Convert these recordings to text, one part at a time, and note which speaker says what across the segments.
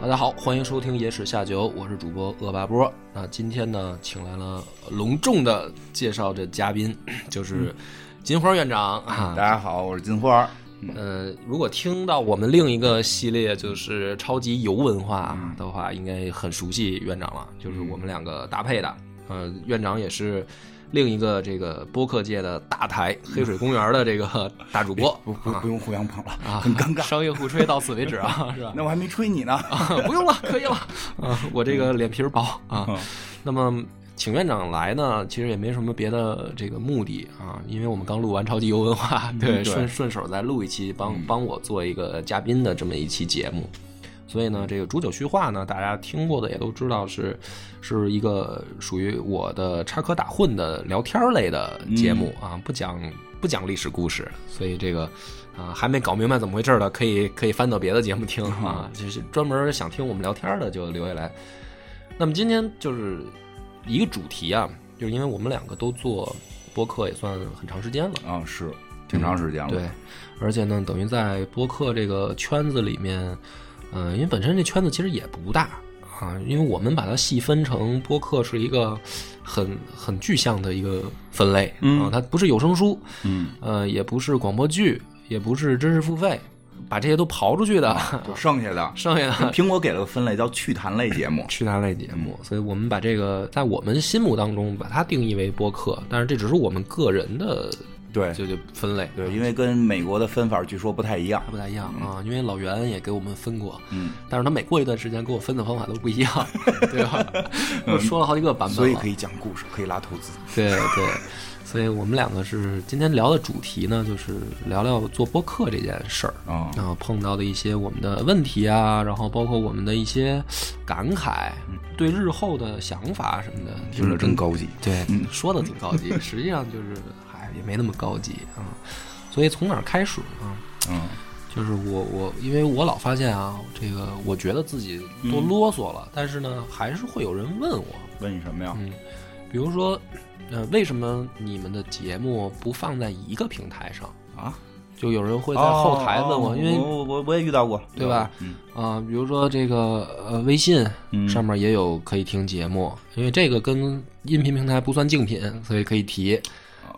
Speaker 1: 大家好，欢迎收听《野史下酒》，我是主播恶霸波。那今天呢，请来了隆重的介绍这嘉宾， 就是金花院长啊。
Speaker 2: 嗯大家好，我是金花。
Speaker 1: 呃，如果听到我们另一个系列就是超级游文
Speaker 2: 嗯
Speaker 1: 化啊的话，应该很熟悉院长了，就是我们两个搭配的。呃，院长也是另一个这个播客界的大台黑水公园的这个大主播
Speaker 2: 不不不用互相捧了，
Speaker 1: 啊，
Speaker 2: 很尴尬。
Speaker 1: 商业互吹到此为止啊，是吧？
Speaker 2: 那我还没吹你呢。
Speaker 1: 不用了，可以了啊，我这
Speaker 2: 嗯
Speaker 1: 个脸皮儿薄啊。那么。请院长来呢，其实也没什么别的这个目的啊，因为我们刚录完超级游文化，对，
Speaker 2: 嗯对
Speaker 1: 顺顺手再录一期，帮
Speaker 2: 嗯
Speaker 1: 帮我做一个嘉宾的这么一期节目。所以呢，这个煮酒叙话呢，大家听过的也都知道是是一个属于我的插科打诨的聊天儿类的节目
Speaker 2: 嗯
Speaker 1: 啊，不讲不讲历史故事，所以这个啊、还没搞明白怎么回事儿的，可以可以翻到别的节目听啊，就是专门想听我们聊天儿的就留下来。那么今天就是一个主题啊，就是因为我们两个都做播客也算很长时间了，
Speaker 2: 啊，是挺长时间了。
Speaker 1: 对，而且呢，等于在播客这个圈子里面，嗯、因为本身这圈子其实也不大啊，因为我们把它细分成播客是一个很很具象的一个分类啊，它不是有声书，
Speaker 2: 嗯，
Speaker 1: 呃，也不是广播剧，也不是知识付费，把这些都刨出去的，
Speaker 2: 就剩下的，
Speaker 1: 剩下的
Speaker 2: 苹果给了个分类叫趣谈类节目。
Speaker 1: 趣谈类节目，所以我们把这个在我们心目当中把它定义为播客，但是这只是我们个人的
Speaker 2: 对
Speaker 1: 就就分类，
Speaker 2: 对，因为跟美国的分法据说不太一样
Speaker 1: 还。不太一样啊，因为老袁也给我们分过，
Speaker 2: 嗯，
Speaker 1: 但是他每过一段时间给我分的方法都不一 样，对吧？我说了好几个版本了，
Speaker 2: 嗯所以可以讲故事，可以拉投资。
Speaker 1: 对对，所以我们两个是今天聊的主题呢，就是聊聊做播客这件事儿。
Speaker 2: 啊
Speaker 1: 然后碰到的一些我们的问题啊，然后包括我们的一些感慨，
Speaker 2: 嗯
Speaker 1: 对日后的想法什么的，就是跟
Speaker 2: 高级。
Speaker 1: 对，说的挺高级， 实际上就是哎也没那么高级啊。所以从哪儿开始呢？
Speaker 2: 嗯，
Speaker 1: 就是我我因为我老发现啊，这个我觉得自己都啰嗦
Speaker 2: 嗯
Speaker 1: 了，但是呢还是会有人问我，
Speaker 2: 问你什么呀？
Speaker 1: 嗯比如说，呃，为什么你们的节目不放在一个平台上？
Speaker 2: 啊，
Speaker 1: 就有人会
Speaker 2: 我
Speaker 1: 在后台问我，因为
Speaker 2: 哦我我我也遇到过，
Speaker 1: 对吧？
Speaker 2: 嗯
Speaker 1: 啊、比如说这个呃，微信
Speaker 2: 嗯
Speaker 1: 上面也有可以听节目，因为这个跟音频平台不算竞品，所以可以提。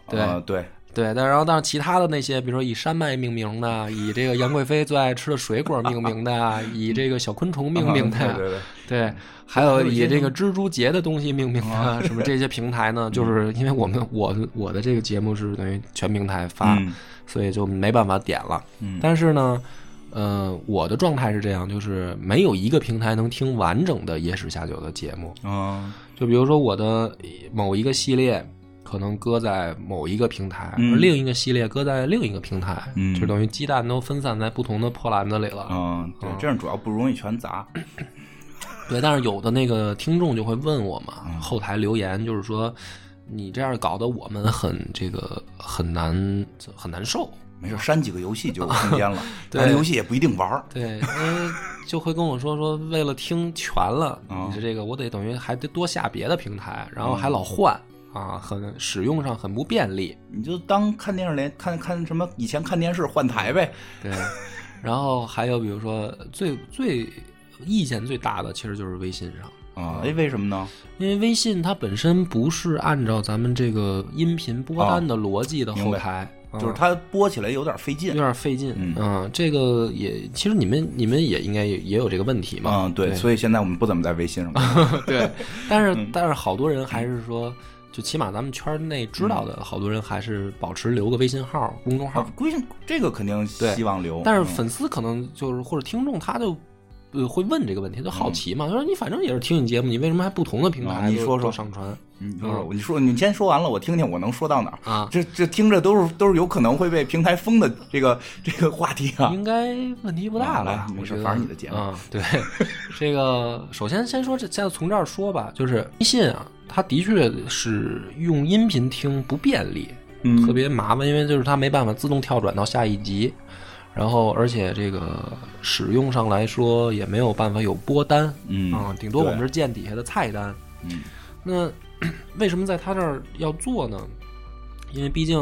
Speaker 1: 对
Speaker 2: 啊对，
Speaker 1: 对，但然后但是其他的那些，比如说以山脉命名的，以这个杨贵妃最爱吃的水果命名的，以这个小昆虫命名的，
Speaker 2: 啊 对对对，
Speaker 1: 对，还有
Speaker 2: 有一
Speaker 1: 以
Speaker 2: 些
Speaker 1: 这
Speaker 2: 什
Speaker 1: 个蜘蛛节的东西命名
Speaker 2: 啊
Speaker 1: 的，什么这些平台呢？就是因为我们我我的这个节目是等于全平台发，
Speaker 2: 嗯
Speaker 1: 所以就没办法点了。
Speaker 2: 嗯
Speaker 1: 但是呢，呃，我的状态是这样，就是没有一个平台能听完整的《野史下酒》的节目。
Speaker 2: 啊，
Speaker 1: 就比如说我的某一个系列。可能搁在某一个平台，
Speaker 2: 嗯
Speaker 1: 而另一个系列搁在另一个平台，
Speaker 2: 嗯
Speaker 1: 就等于鸡蛋都分散在不同的破篮子里了。
Speaker 2: 嗯，对，这样主要不容易全砸。
Speaker 1: 对，但是有的那个听众就会问我嘛，
Speaker 2: 嗯
Speaker 1: 后台留言就是说，你这样搞得我们很这个很难很难受。
Speaker 2: 没事，删几个游戏就有空间了。
Speaker 1: 对
Speaker 2: 但是游戏也不一定玩儿。
Speaker 1: 对，因为就会跟我说说，为了听全了，
Speaker 2: 啊
Speaker 1: 你的这个我得等于还得多下别的平台，然后还
Speaker 2: 嗯
Speaker 1: 老换啊，很使用上很不便利。
Speaker 2: 你就当看电视连看看什么，以前看电视换台呗。
Speaker 1: 对，然后还有比如说最最意见最大的其实就是微信上。
Speaker 2: 啊，哎，为什么呢？
Speaker 1: 因为微信它本身不是按照咱们这个音频播单的逻辑的
Speaker 2: 哦明
Speaker 1: 后
Speaker 2: 白
Speaker 1: 台，啊
Speaker 2: 就是它播起来有点费
Speaker 1: 有
Speaker 2: 劲。
Speaker 1: 点费劲。
Speaker 2: 嗯
Speaker 1: 这个也其实你们你们也应该也也有这个问题嘛。
Speaker 2: 嗯，对，
Speaker 1: 对
Speaker 2: 所以嗯现在我们不怎么在微信 上啊看。
Speaker 1: 对，但是、但是好多人还是说，就起码咱们圈内知道
Speaker 2: 嗯
Speaker 1: 的好多人还是保持留个微信号、公众号
Speaker 2: 啊，，微信这个肯定
Speaker 1: 对
Speaker 2: 希望留，
Speaker 1: 但是粉丝可能就是或者听众他就呃会问这个问题，就好奇嘛。他说你反正也是听你节目，你为什么还不同的平
Speaker 2: 嗯啊
Speaker 1: 台
Speaker 2: 你
Speaker 1: 就
Speaker 2: 说说
Speaker 1: 多上传？
Speaker 2: 嗯你说，你说，你先说完了，我听听我能说到哪儿
Speaker 1: 啊
Speaker 2: 这这听着都是都是有可能会被平台封的这个这个话题啊。
Speaker 1: 应该问题不大了
Speaker 2: 啊
Speaker 1: 吧？
Speaker 2: 没
Speaker 1: 我
Speaker 2: 事
Speaker 1: 觉得
Speaker 2: 反正你的节目
Speaker 1: 啊， 对，这个首先先说这，再从这儿说吧，就是微信啊，它的确是用音频听不便利，
Speaker 2: 嗯
Speaker 1: 特别麻烦，因为就是它没办法自动跳转到下一集，然后而且这个使用上来说也没有办法有播单，
Speaker 2: 嗯
Speaker 1: 啊，顶多我
Speaker 2: 对
Speaker 1: 们是见底下的菜单。
Speaker 2: 嗯
Speaker 1: 那 为什么在它这儿要做呢？因为毕竟，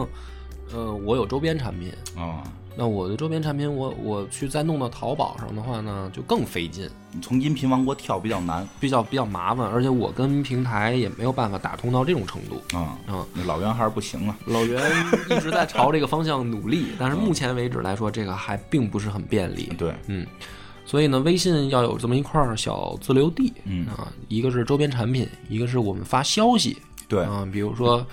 Speaker 1: 呃，我有周边产品，
Speaker 2: 啊，
Speaker 1: 那我的周边产品我，我去再弄到淘宝上的话呢，就更费劲，
Speaker 2: 你从音频王国跳比较难
Speaker 1: 比较比较麻烦，而且我跟平台也没有办法打通到这种程度。
Speaker 2: 啊
Speaker 1: 嗯，
Speaker 2: 那老袁还是不行啊了。
Speaker 1: 老袁一直在朝这个方向努力，但是目前为止来说，这个还并不是很便利。
Speaker 2: 对，
Speaker 1: 嗯，所以呢，微信要有这么一块儿小自留地，
Speaker 2: 嗯
Speaker 1: 啊，一个是周边产品，一个是我们发消息，
Speaker 2: 对，
Speaker 1: 啊，比如说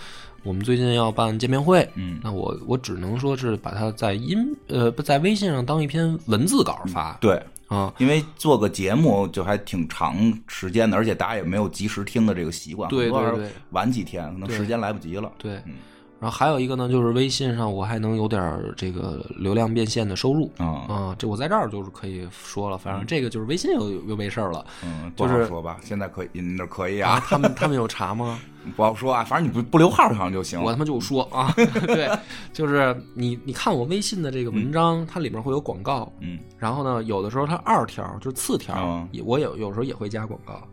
Speaker 1: 我们最近要办见面会，
Speaker 2: 嗯
Speaker 1: 那我我只能说是把它在音呃不在微信上当一篇文字稿发，
Speaker 2: 嗯对，
Speaker 1: 啊，
Speaker 2: 因为做个节目就还挺长时间的，而且大家也没有及时听的这个习惯，
Speaker 1: 对
Speaker 2: 很多
Speaker 1: 对
Speaker 2: 人
Speaker 1: 对
Speaker 2: 晚几天，可能
Speaker 1: 对
Speaker 2: 时间来不及了。
Speaker 1: 对，
Speaker 2: 嗯
Speaker 1: 然后还有一个呢，就是微信上我还能有点儿这个流量变现的收入。
Speaker 2: 啊，
Speaker 1: 啊，这我在这儿就是可以说了，反正这个就是微信又又没事儿了
Speaker 2: 嗯，不
Speaker 1: 就
Speaker 2: 好
Speaker 1: 是
Speaker 2: 说吧，现在可以，你那可以
Speaker 1: 啊
Speaker 2: 啊，。
Speaker 1: 他们他们有查吗？
Speaker 2: 不好说啊，反正你不不留号好像就行
Speaker 1: 我他
Speaker 2: 了。
Speaker 1: 妈就说 啊，对，就是你你看我微信的这个文章，它里面会有广告，
Speaker 2: 嗯，
Speaker 1: 然后呢，有的时候它二条就是次条
Speaker 2: 嗯，
Speaker 1: 也我有有时候也会加广告，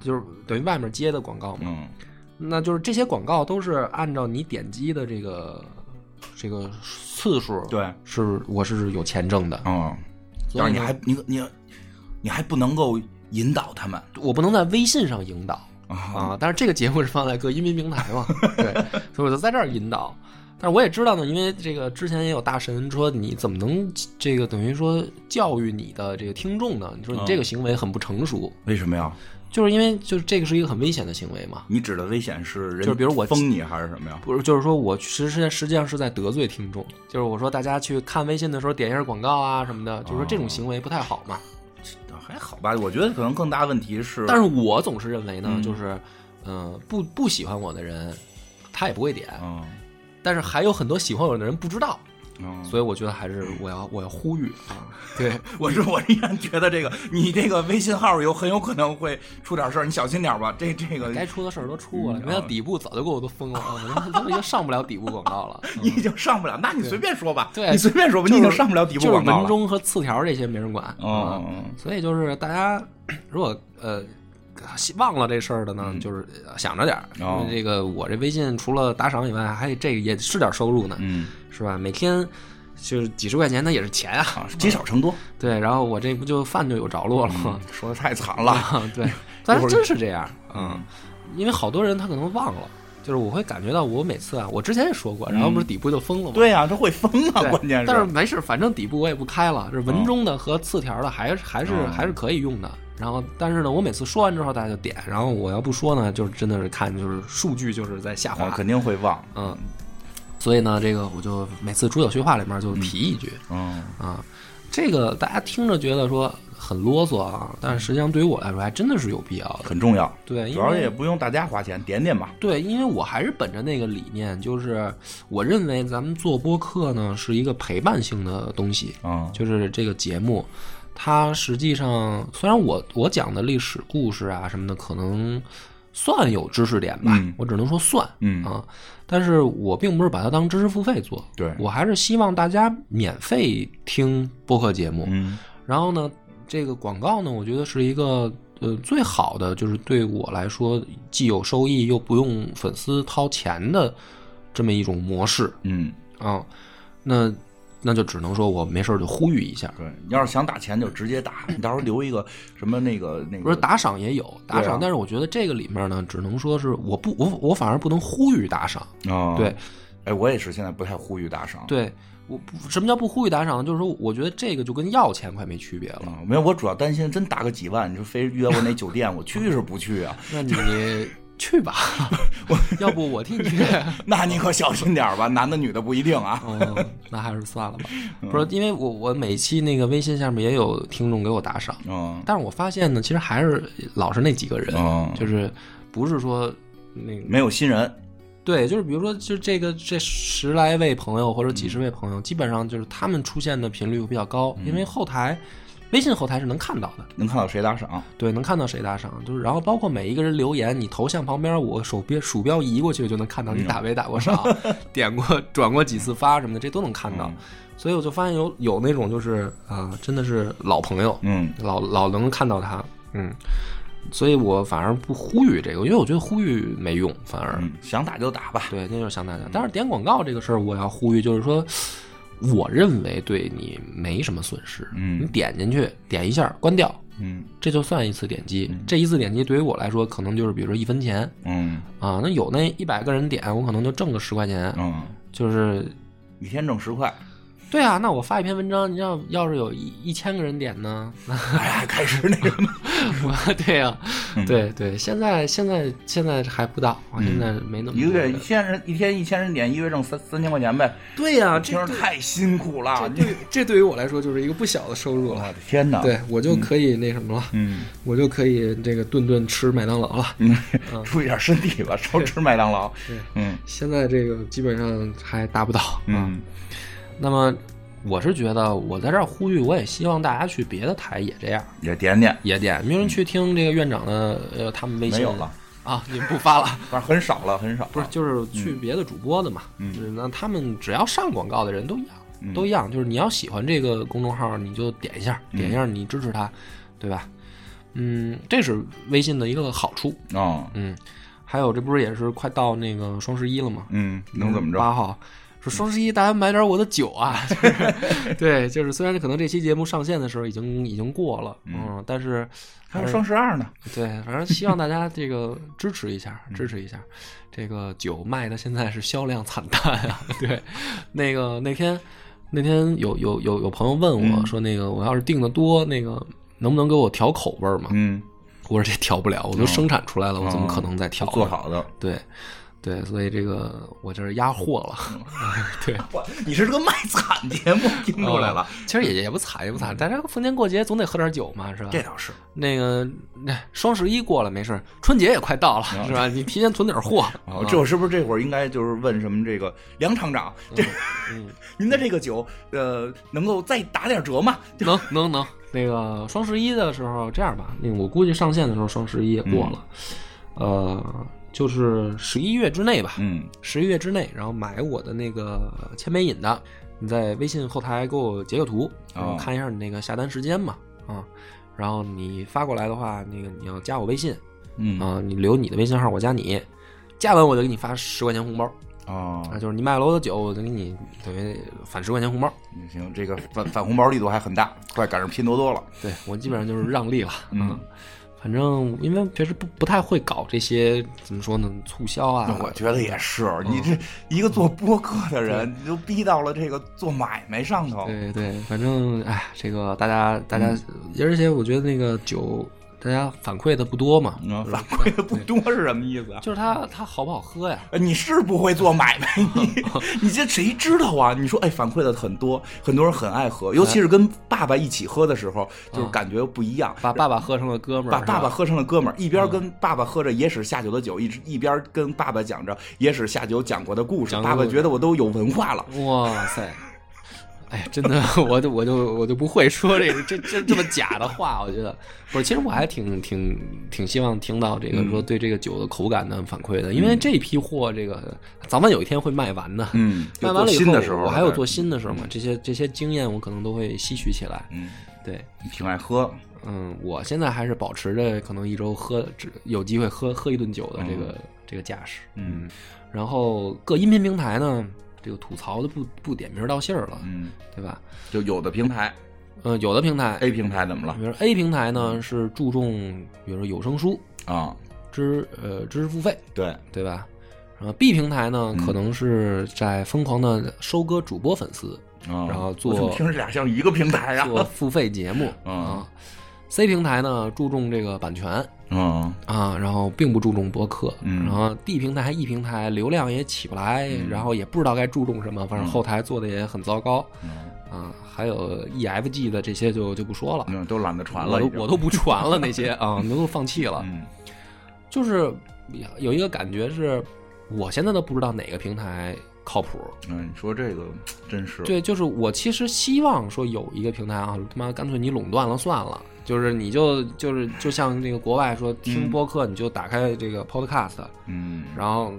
Speaker 1: 就是等于外面接的广告嘛。
Speaker 2: 嗯
Speaker 1: 那就是这些广告都是按照你点击的这个这个次数，
Speaker 2: 对，
Speaker 1: 是我是有钱挣的，
Speaker 2: 嗯，
Speaker 1: 所以
Speaker 2: 但是你
Speaker 1: 呢
Speaker 2: 还你你你还不能够引导他们
Speaker 1: 我不能在微信上引导
Speaker 2: 啊，
Speaker 1: 啊，但是这个节目是放在各音频平台嘛，对，所以我就在这儿引导。但是我也知道呢，因为这个之前也有大神说你怎么能这个等于说教育你的这个听众呢？你说你这个行为很不成熟，
Speaker 2: 为什么呀？
Speaker 1: 就是因为就是这个是一个很危险的行为嘛，
Speaker 2: 你指的危险是人，
Speaker 1: 就是比如我
Speaker 2: 封你还是什么呀？
Speaker 1: 不是，就是说我实实实际上是在得罪听众，就是我说大家去看微信的时候点一下广告啊什么的，就是说这种行为不太好嘛。
Speaker 2: 还好吧，我觉得可能更大问题是，
Speaker 1: 但是我总是认为呢，就是，嗯、不不喜欢我的人，他也不会点，
Speaker 2: 嗯
Speaker 1: 但是还有很多喜欢我的人不知道，
Speaker 2: 嗯，
Speaker 1: 所以我觉得还是我要我要呼吁 啊，对，
Speaker 2: 我是我依然觉得这个你这个微信号有很有可能会出点事儿，你小心点儿吧。这这个
Speaker 1: 该出的事儿都出过了，
Speaker 2: 嗯
Speaker 1: 人家底部早就给我都封了，啊我他妈都已经上不了底部广告 了。
Speaker 2: 你已经上不了，那你随便说吧，
Speaker 1: 对
Speaker 2: 你随便说吧，
Speaker 1: 就是
Speaker 2: 你已经上不了底部
Speaker 1: 就是
Speaker 2: 广告
Speaker 1: 文
Speaker 2: 了。
Speaker 1: 中和次条这些没人管啊
Speaker 2: 嗯嗯嗯
Speaker 1: 所以就是大家 如果呃忘了这事儿的呢，就是呃想着点儿，
Speaker 2: 嗯哦
Speaker 1: 因为这个我这微信除了打赏以外，还这个也是点收入呢，
Speaker 2: 嗯
Speaker 1: 是吧？每天就是几十块钱，那也是钱啊。
Speaker 2: 啊，积少成多，
Speaker 1: 对，然后我这不就饭就有着落了吗？
Speaker 2: 说的太惨了。
Speaker 1: 啊，嗯 对，但是真是这样，嗯，因为好多人他可能忘了，就是我会感觉到我每次啊，我之前也说过，然后不是底部就封了吗？
Speaker 2: 嗯对呀、这会疯啊，
Speaker 1: 对
Speaker 2: 关键
Speaker 1: 但是没事，反正底部我也不开了，这文中的和次条的还是还是
Speaker 2: 嗯
Speaker 1: 还是可以用的。然后，但是呢，我每次说完之后大家就点，然后我要不说呢，就是真的是看就是数据就是在下
Speaker 2: 啊，
Speaker 1: 滑，
Speaker 2: 肯定会忘。
Speaker 1: 嗯。所以呢，这个我就每次主导训话里面就提一句
Speaker 2: 嗯，
Speaker 1: 啊，这个大家听着觉得说很啰嗦啊，但是实际上对于我来说还真的是有必要的。
Speaker 2: 很重要，
Speaker 1: 对，因
Speaker 2: 主要
Speaker 1: 为
Speaker 2: 也不用大家花钱，点点吧。
Speaker 1: 对，因为我还是本着那个理念，就是我认为咱们做播客呢是一个陪伴性的东西，
Speaker 2: 嗯
Speaker 1: 就是这个节目，它实际上虽然我我讲的历史故事啊什么的，可能算有知识点吧，
Speaker 2: 嗯
Speaker 1: 我只能说算，
Speaker 2: 嗯
Speaker 1: 啊，但是我并不是把它当知识付费做，
Speaker 2: 对
Speaker 1: 我还是希望大家免费听播客节目，
Speaker 2: 嗯
Speaker 1: 然后呢，这个广告呢，我觉得是一个呃最好的，就是对我来说既有收益又不用粉丝掏钱的这么一种模式
Speaker 2: 嗯，
Speaker 1: 啊、那那就只能说我没事儿就呼吁一下，
Speaker 2: 对，你要是想打钱就直接打，你到时候留一个什么那个那个
Speaker 1: 不是打赏也有打
Speaker 2: 嗯对
Speaker 1: 赏，
Speaker 2: 啊
Speaker 1: 但是我觉得这个里面呢，只能说是我不我我反而不能呼吁打赏，
Speaker 2: 啊，
Speaker 1: 对，
Speaker 2: 哎，我也是现在不太呼吁打赏。
Speaker 1: 对。我不什么叫不呼吁打赏呢？就是说，我觉得这个就跟要钱快没区别了。
Speaker 2: 啊， 没有，我主要担心真打个几万，你说非约我哪酒店，我去是不去啊？
Speaker 1: 那你去 吧，要不我替你去。
Speaker 2: 那你可小心点儿吧，男的女的不一定啊。
Speaker 1: 嗯，那还是算了吧。不是，因为我我每期那个微信下面也有听众给我打赏，
Speaker 2: 嗯
Speaker 1: 但是我发现呢，其实还是老是那几个人，
Speaker 2: 嗯，
Speaker 1: 就是不是说那个
Speaker 2: 没有新人，
Speaker 1: 对，就是比如说，就这个这十来位朋友或者几十位朋友，基本上就是他们出现的频率会比较高，因为后台微信后台是能看到的，
Speaker 2: 能看到谁打赏？
Speaker 1: 对，能看到谁打赏，就是然后包括每一个人留言，你头像旁边我手边鼠标移过去就能看
Speaker 2: 嗯
Speaker 1: 到你打没打过 赏，点过转过几次发什么的，这都能看到
Speaker 2: 嗯。
Speaker 1: 所以我就发现有有那种就是啊、真的是老朋友，
Speaker 2: 嗯
Speaker 1: 老老能看到他，嗯。所以我反而不呼吁这个，因为我觉得呼吁没用，反而、
Speaker 2: 嗯，想打就打吧。
Speaker 1: 对，那就是想大家。但是点广告这个事儿，我要呼吁，就是说，我认为对你没什么损失。
Speaker 2: 嗯
Speaker 1: 你点进去，点一下，关掉，
Speaker 2: 嗯
Speaker 1: 这就算一次点击。这一次点击对于我来说，可能就是比如说一分钱
Speaker 2: 嗯
Speaker 1: 啊，那有那一百个人点，我可能就挣个十块钱。
Speaker 2: 嗯，
Speaker 1: 就是，
Speaker 2: 一天挣十块，
Speaker 1: 对啊，那我发一篇文章，你要要是有一一千个人点呢， 那
Speaker 2: 哎，开始那个，
Speaker 1: 我对啊，
Speaker 2: 嗯
Speaker 1: 对对，现在现在现在还不到，啊现在没那么
Speaker 2: 一个
Speaker 1: 多
Speaker 2: 月
Speaker 1: 人
Speaker 2: 嗯一千人，一天一千人点，一个月挣三三千块钱呗。
Speaker 1: 对呀、
Speaker 2: 听着
Speaker 1: 这
Speaker 2: 太辛苦了，你
Speaker 1: 对这对于我来说就是一个不小的收入
Speaker 2: 我
Speaker 1: 了。
Speaker 2: 的天哪！
Speaker 1: 对，我就可以那什么了，
Speaker 2: 嗯，
Speaker 1: 我就可以这个顿顿吃麦当劳了。
Speaker 2: 嗯， 注意点身体吧，少吃麦当劳。嗯
Speaker 1: 现在这个基本上还达不到啊、
Speaker 2: 嗯
Speaker 1: 那么我是觉得，我在这儿呼吁，我也希望大家去别的台也这样，
Speaker 2: 也点点，
Speaker 1: 也点，没人去听这个院长的呃他们微信
Speaker 2: 嗯没有了
Speaker 1: 啊，你们不发 了。
Speaker 2: 反正很少了，很少了。
Speaker 1: 不是，就是去
Speaker 2: 嗯
Speaker 1: 别的主播的嘛，就是那他们只要上广告的人都一样，
Speaker 2: 嗯
Speaker 1: 都一样，就是你要喜欢这个公众号，你就点一下，点一下，
Speaker 2: 嗯
Speaker 1: 你支持他，对吧？嗯，这是微信的一个好处。
Speaker 2: 哦，
Speaker 1: 嗯，还有这不是也是快到那个双十一了吗？
Speaker 2: 嗯，能怎么着？
Speaker 1: 八号说双十一大家买点我的酒 啊，就是对，就是虽然可能这期节目上线的时候已经已经过了，嗯，但是
Speaker 2: 还有双十二呢。
Speaker 1: 对，反正希望大家这个支持一下，
Speaker 2: 嗯
Speaker 1: 支持一下。这个酒卖的现在是销量惨淡啊。 对，那个那天那天有有有有朋友问
Speaker 2: 嗯
Speaker 1: 我说，那个我要是订的多，那个能不能给我调口味儿嘛？
Speaker 2: 嗯，哦
Speaker 1: 我说这调不了，我都生产出来了，我怎么可能再调？
Speaker 2: 嗯做。好的。
Speaker 1: 对。对，所以这个我这是压货了，对，
Speaker 2: 哇，你是个卖惨节 目，听出来了
Speaker 1: 哦。。其实也也不惨，也不
Speaker 2: 嗯
Speaker 1: 惨，大家逢年过节总得喝点酒嘛，是吧？
Speaker 2: 这倒是，
Speaker 1: 那个，那双十一过了没事儿，春节也快到了，是吧？你提前囤点货。啊
Speaker 2: 哦，这我啊是不是这会儿应该就是问什么这个梁厂长，这、
Speaker 1: 嗯
Speaker 2: 您的这个酒，呃，能够再打点折吗？
Speaker 1: 能能能，那个双十一的时候这样吧，那个我估计上线的时候双十一也过了，呃，就是十一月之内吧，
Speaker 2: 嗯
Speaker 1: 十一月之内，然后买我的那个千杯饮的，你在微信后台给我截个图，然后
Speaker 2: 哦
Speaker 1: 看一下你那个下单时间嘛，啊，然后你发过来的话，那个你要加我微信
Speaker 2: 嗯
Speaker 1: 啊，你留你的微信号，我加你，加完我就给你发十块钱红包。啊，
Speaker 2: 哦，
Speaker 1: 就是你买了我的酒，我就给你等于返十块钱红包。
Speaker 2: 行，这个返返红包力度还很大，快赶上拼多多了。
Speaker 1: 对我基本上就是让利了，嗯， 反正因为确实不不太会搞这些怎么说呢，促销啊
Speaker 2: 那，我觉得也是，你这一个做播客的人，你都逼到了这个做买卖上头。
Speaker 1: 对对，反正哎，这个大家大家，而且我觉得那个酒大家反馈的不多嘛，
Speaker 2: 嗯，反馈的不多是什么意思啊？
Speaker 1: 就是它它好不好喝呀？
Speaker 2: 呃你是不会做买 卖，你你这谁知道啊？你说，哎，反馈的很多，很多人很爱喝，尤其是跟爸爸一起喝的时候，就是感觉不一样。
Speaker 1: 把爸爸喝成了哥们儿，嗯
Speaker 2: 把
Speaker 1: 是嗯
Speaker 2: 爸
Speaker 1: 吧
Speaker 2: 爸喝成了哥们儿，一边跟爸爸喝着野史下酒的酒，一直一边跟爸爸讲着野史下酒讲过的故事。
Speaker 1: 讲
Speaker 2: 爸
Speaker 1: 故
Speaker 2: 爸
Speaker 1: 事
Speaker 2: 觉得我都有文化了，
Speaker 1: 哇塞！哎呀，真的， 我就我就我就不会说这个这这这么假的话，我觉得不是。其实我还挺挺挺希望听到这
Speaker 2: 嗯
Speaker 1: 个说对这个酒的口感的反馈的，因为这批货这个早晚有一天会卖完的。
Speaker 2: 嗯
Speaker 1: 卖完了以
Speaker 2: 就做
Speaker 1: 后，
Speaker 2: 新的时嗯候
Speaker 1: 我还有
Speaker 2: 对
Speaker 1: 做新的时候嘛，这些这些经验我可能都会吸取起来。
Speaker 2: 嗯，
Speaker 1: 对，
Speaker 2: 挺爱喝。
Speaker 1: 嗯，我现在还是保持着可能一周喝只有机会喝喝一顿酒的这个、这个架势。
Speaker 2: 嗯
Speaker 1: 然后各音频平台呢，这个吐槽的不不点名道姓儿了，
Speaker 2: 嗯，
Speaker 1: 对吧？
Speaker 2: 就有的平台
Speaker 1: 呃，有的平台，
Speaker 2: A 平台怎么了
Speaker 1: 比如说 A 平台
Speaker 2: 嗯
Speaker 1: 呢是注重，比如说有声书
Speaker 2: 啊？
Speaker 1: 知呃知识付费，
Speaker 2: 对，
Speaker 1: 对吧？然后 B 平台呢，
Speaker 2: 嗯
Speaker 1: 可能是在疯狂的收割主播粉丝，
Speaker 2: 然
Speaker 1: 然后
Speaker 2: 嗯我怎么
Speaker 1: 做
Speaker 2: 听着俩像一个平台啊？
Speaker 1: 做付费节目
Speaker 2: 嗯
Speaker 1: 啊。 C 平台呢注重这个版权
Speaker 2: 嗯
Speaker 1: 啊，然后并不注重播客，
Speaker 2: 嗯
Speaker 1: 然后 D 平台、E 平台流量也起不来，然后也不知道该注重什么，反
Speaker 2: 嗯
Speaker 1: 正后台做的也很糟糕。啊，还有 EFG 的这些就就不说了，
Speaker 2: 嗯，都懒得传
Speaker 1: 我
Speaker 2: 了，
Speaker 1: 都
Speaker 2: 已经
Speaker 1: 我都不传了那些啊，都放弃了。
Speaker 2: 嗯
Speaker 1: 就是有一个感觉是，我现在都不知道哪个平台靠谱。
Speaker 2: 嗯，你说这个真是
Speaker 1: 对，就是我其实希望说有一个平台啊，他妈干脆你垄断了算了，就是你就就是就像那个国外说听播客，你就打开这个 Podcast，、
Speaker 2: 嗯
Speaker 1: 然后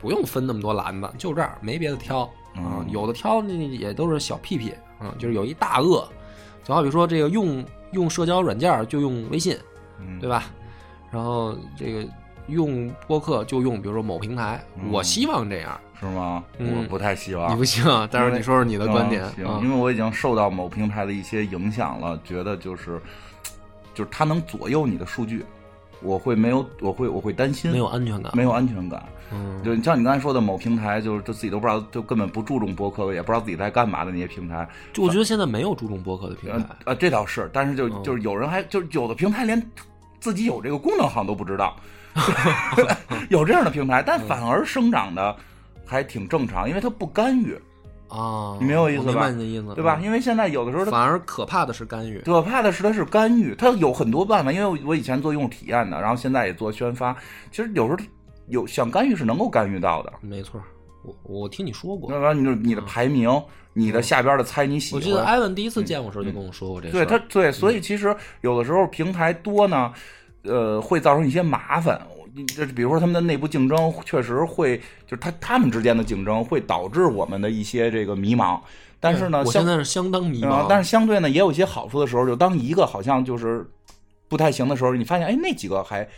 Speaker 1: 不用分那么多篮子，就这儿没别的挑啊、
Speaker 2: 嗯
Speaker 1: 有的挑你也都是小屁屁啊、就是有一大鳄，就好比说这个用用社交软件儿就用微信，
Speaker 2: 嗯
Speaker 1: 对吧？然后这个用播客就用，比如说某平台，
Speaker 2: 嗯
Speaker 1: 我希望这样，
Speaker 2: 是吗？
Speaker 1: 嗯
Speaker 2: 我不太希
Speaker 1: 你
Speaker 2: 望
Speaker 1: 不。行啊，待会儿你说说你的观点
Speaker 2: 嗯
Speaker 1: 啊
Speaker 2: 行，因为我已经受到某平台的一些影响了，觉得就是就是它能左右你的数据，我会没有，我会我会担心，
Speaker 1: 没有安全感，
Speaker 2: 没有安全感。
Speaker 1: 嗯，
Speaker 2: 就你像你刚才说的某平台，就是就自己都不知道，就根本不注重播客，也不知道自己在干嘛的那些平台，
Speaker 1: 就我觉得现在没有注重播客的平
Speaker 2: 呃
Speaker 1: 台，
Speaker 2: 呃，这倒是，但是就
Speaker 1: 嗯
Speaker 2: 就是有人还就是有的平台连自己有这个功能好像都不知 道， 有这样的平台，
Speaker 1: 嗯
Speaker 2: 但反而生长的还挺正常，因为它不干预，
Speaker 1: 啊，
Speaker 2: 呃没有意思
Speaker 1: 我明
Speaker 2: 吧
Speaker 1: 白你的意思，
Speaker 2: 对吧？
Speaker 1: 嗯
Speaker 2: 因为现在有的时候它
Speaker 1: 反而可怕的是干预，
Speaker 2: 可怕的是它是干预，它有很多办法。因为我以前做用户体验的，然后现在也做宣发，其实有时候有想干预是能够干预到的。
Speaker 1: 没错，我我听你说过
Speaker 2: 要。不然你就你的排名，你的下边的猜你喜
Speaker 1: 我
Speaker 2: 欢，嗯
Speaker 1: 记得艾文第一次见我时候就跟我说过这事
Speaker 2: 对
Speaker 1: 儿，
Speaker 2: 它对，所以其实有的时候平台多呢，呃，会造成一些麻烦。你这比如说他们的内部竞争，确实会就是他他们之间的竞争会导致我们的一些这个迷茫。但是呢，
Speaker 1: 我
Speaker 2: 呃相
Speaker 1: 现在是相当迷
Speaker 2: 啊
Speaker 1: 茫，，
Speaker 2: 但是相对呢，也有一些好处的时候，就当一个好像就是不太行的时候，你发现哎那几个还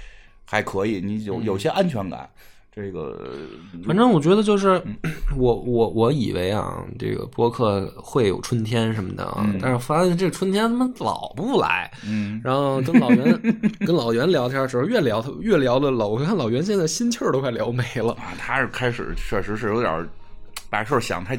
Speaker 2: 还可以，你有有些安全感。这个
Speaker 1: 反正我觉得就是，
Speaker 2: 嗯
Speaker 1: 我我我以为啊，这个播客会有春天什么的啊，但是发现这春天他妈老不来。
Speaker 2: 嗯，
Speaker 1: 然后跟老 袁跟老袁聊天的时候，越聊越聊的老，我看老袁现在心气儿都快聊没 了。
Speaker 2: 啊，他是开始确实是有点儿把事儿想太